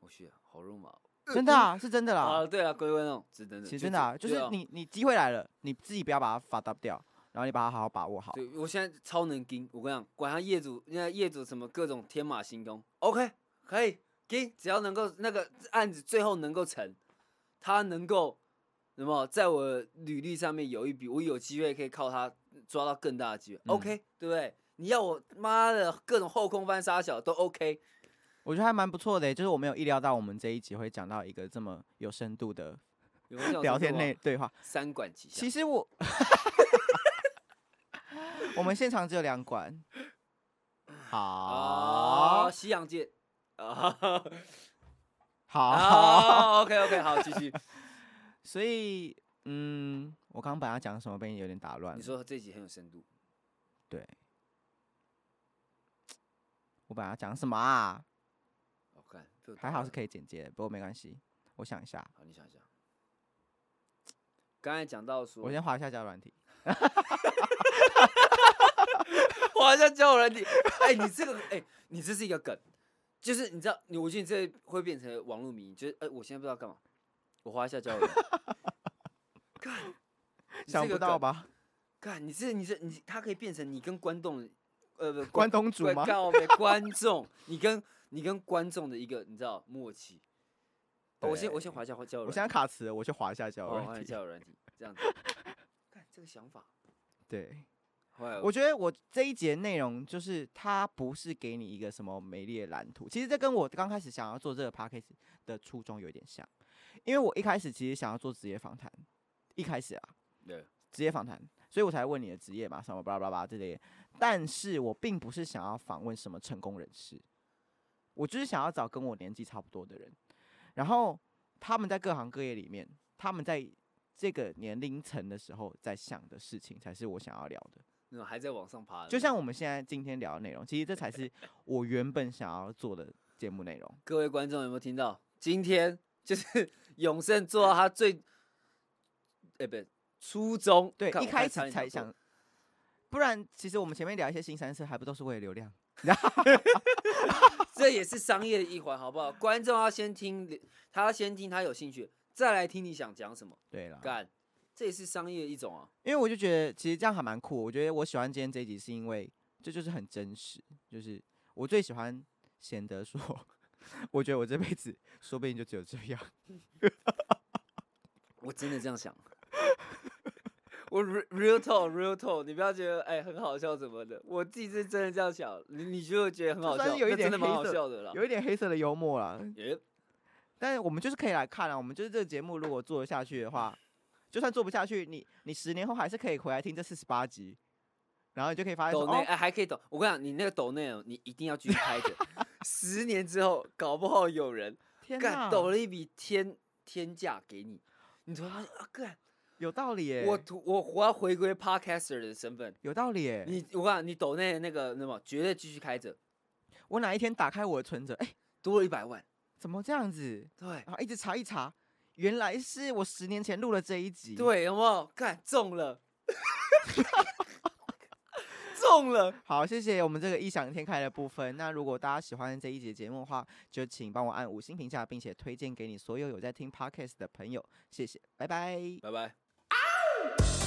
A: 我去，好肉麻哦。
B: 真的啊，是真的啦
A: 啊，。对啊，各位观众，只等等。
B: 其实真的啊，就是
A: 对啊
B: 你你机会来了，你自己不要把它发掉掉，然后你把它好好把握好。
A: 对，我现在超能盯，我跟你讲，管他业主，那业主什么各种天马行空，OK，可以盯，只要能够那个案子最后能够成，他能够什么在我的履历上面有一笔，我有机会可以靠他抓到更大的机会、
B: 嗯
A: o k 对不对？你要我妈的各种后空翻杀小都 OK，
B: 我觉得还蛮不错的欸，就是我没有意料到我们这一集会讲到一个这么有深度的
A: 有没有这种
B: 聊
A: 程度
B: 天
A: 吗
B: 内对话。
A: 三管齐下
B: 其，实我，我们现场只有两管。
A: 啊、
B: 好，
A: 西洋界啊，
B: 好，
A: 啊，OK OK，好，继续，
B: 所以，嗯，我刚刚本来要讲什么被你有点打乱
A: 你
B: 了。
A: 说这集很有深度，
B: 对，我本来要讲什么啊？
A: 好看，被我打
B: 还好
A: 断
B: 是可以剪接的，不过没关系，我想一下，
A: 好，你想一下，刚才讲到说，
B: 我先划一下交友软体。
A: 我好像教人你，哎、你这个，哎、你这是一个梗，就是你知道，你我觉得你这会变成网络迷，就是哎、我现在不知道干嘛，我划一下交友软体，干，你
B: 想
A: 这
B: 不
A: 个
B: 到
A: 梗？
B: 吧？
A: 干，你这你这你，它可以变成你跟观众，呃，不，
B: 关东煮
A: 观
B: 吗？
A: 告别观众，你跟你跟观众的一个你知道默契。哦我先我先
B: 对
A: 划一下交友软
B: 我现在
A: 体，
B: 卡词了，我去划一下交友
A: 哦，划
B: 软
A: 一下
B: 体。
A: 交友软体，这样子，看这个想 法，
B: 对。
A: 后来
B: 我觉得我这一节内容就是它不是给你一个什么美丽的蓝图，其实这跟我刚开始想要做这个 p a c k a g e 的初衷有点像，因为我一开始其实想要做职业访谈，一开始啊
A: 对。
B: 职业访谈，所以我才问你的职业嘛，什么巴拉巴拉巴拉之类的，但是我并不是想要访问什么成功人士，我就是想要找跟我年纪差不多的人，然后他们在各行各业里面，他们在这个年龄层的时候在想的事情，才是我想要聊的。
A: 那种还在往上爬的那种。
B: 就像我们现在今天聊的内容，其实这才是我原本想要做的节目内容。
A: 各位观众有没有听到？今天就是 永胜做到他最，哎、不不，初衷
B: 对，
A: 看
B: 一
A: 我
B: 开
A: 差点讲
B: 始才
A: 错
B: 想，不然其实我们前面聊一些新三色，还不都是为了流量？
A: 这也是商业的一环，好不好？观众要先听，他要先听他有兴趣，再来听你想讲什么。
B: 对啦，
A: 干，这也是商业的一种啊。
B: 因为我就觉得其实这样还蛮酷。我觉得我喜欢今天这一集，是因为这就是很真实，就是我最喜欢贤德说， 我觉得我这辈子说不定就只有这 样。
A: 我真的这样想。 我 re- real talk real talk，你不要觉得哎、很好笑什么的，我自己是真的这样想，你你就会觉得很
B: 这
A: 好
B: 算
A: 笑，
B: 是有一
A: 那
B: 点
A: 真的蛮
B: 黑
A: 好
B: 色
A: 笑的啦。
B: 有一点黑色的幽默啦，
A: 也
B: 但是我们就是可以来看啊，我们就是这个节目如果做得下去的话，就算做不下去，你你十年后还是可以回来听这四十八集，然后你就可以发现
A: 抖
B: 说，
A: 内
B: 哦，
A: 哎还可以抖，我跟你讲，你那个抖内哦你一定要继续开 着，十年之后搞不好有人
B: 天
A: 干
B: 哪，
A: 抖了一笔天天价给你，你突然发现啊干，
B: 有道理耶，
A: 我突我我要回归 podcaster 的身份，
B: 有道理耶，
A: 你我跟你讲，你抖内的那个那么绝对继续开着，
B: 我哪一天打开我的存折，哎，
A: 多了一百万，
B: 怎么这样子？
A: 对
B: 然后一直查一查，原来是我十年前录了这一集，，
A: 对，有没有？干中了， 中了，
B: 好，谢谢我们这个异想天开的部分。那如果大家喜欢这一节节目的话，就请帮我按五星评价，并且推荐给你所有有在听 podcast 的朋友，谢谢，拜拜。
A: 拜拜。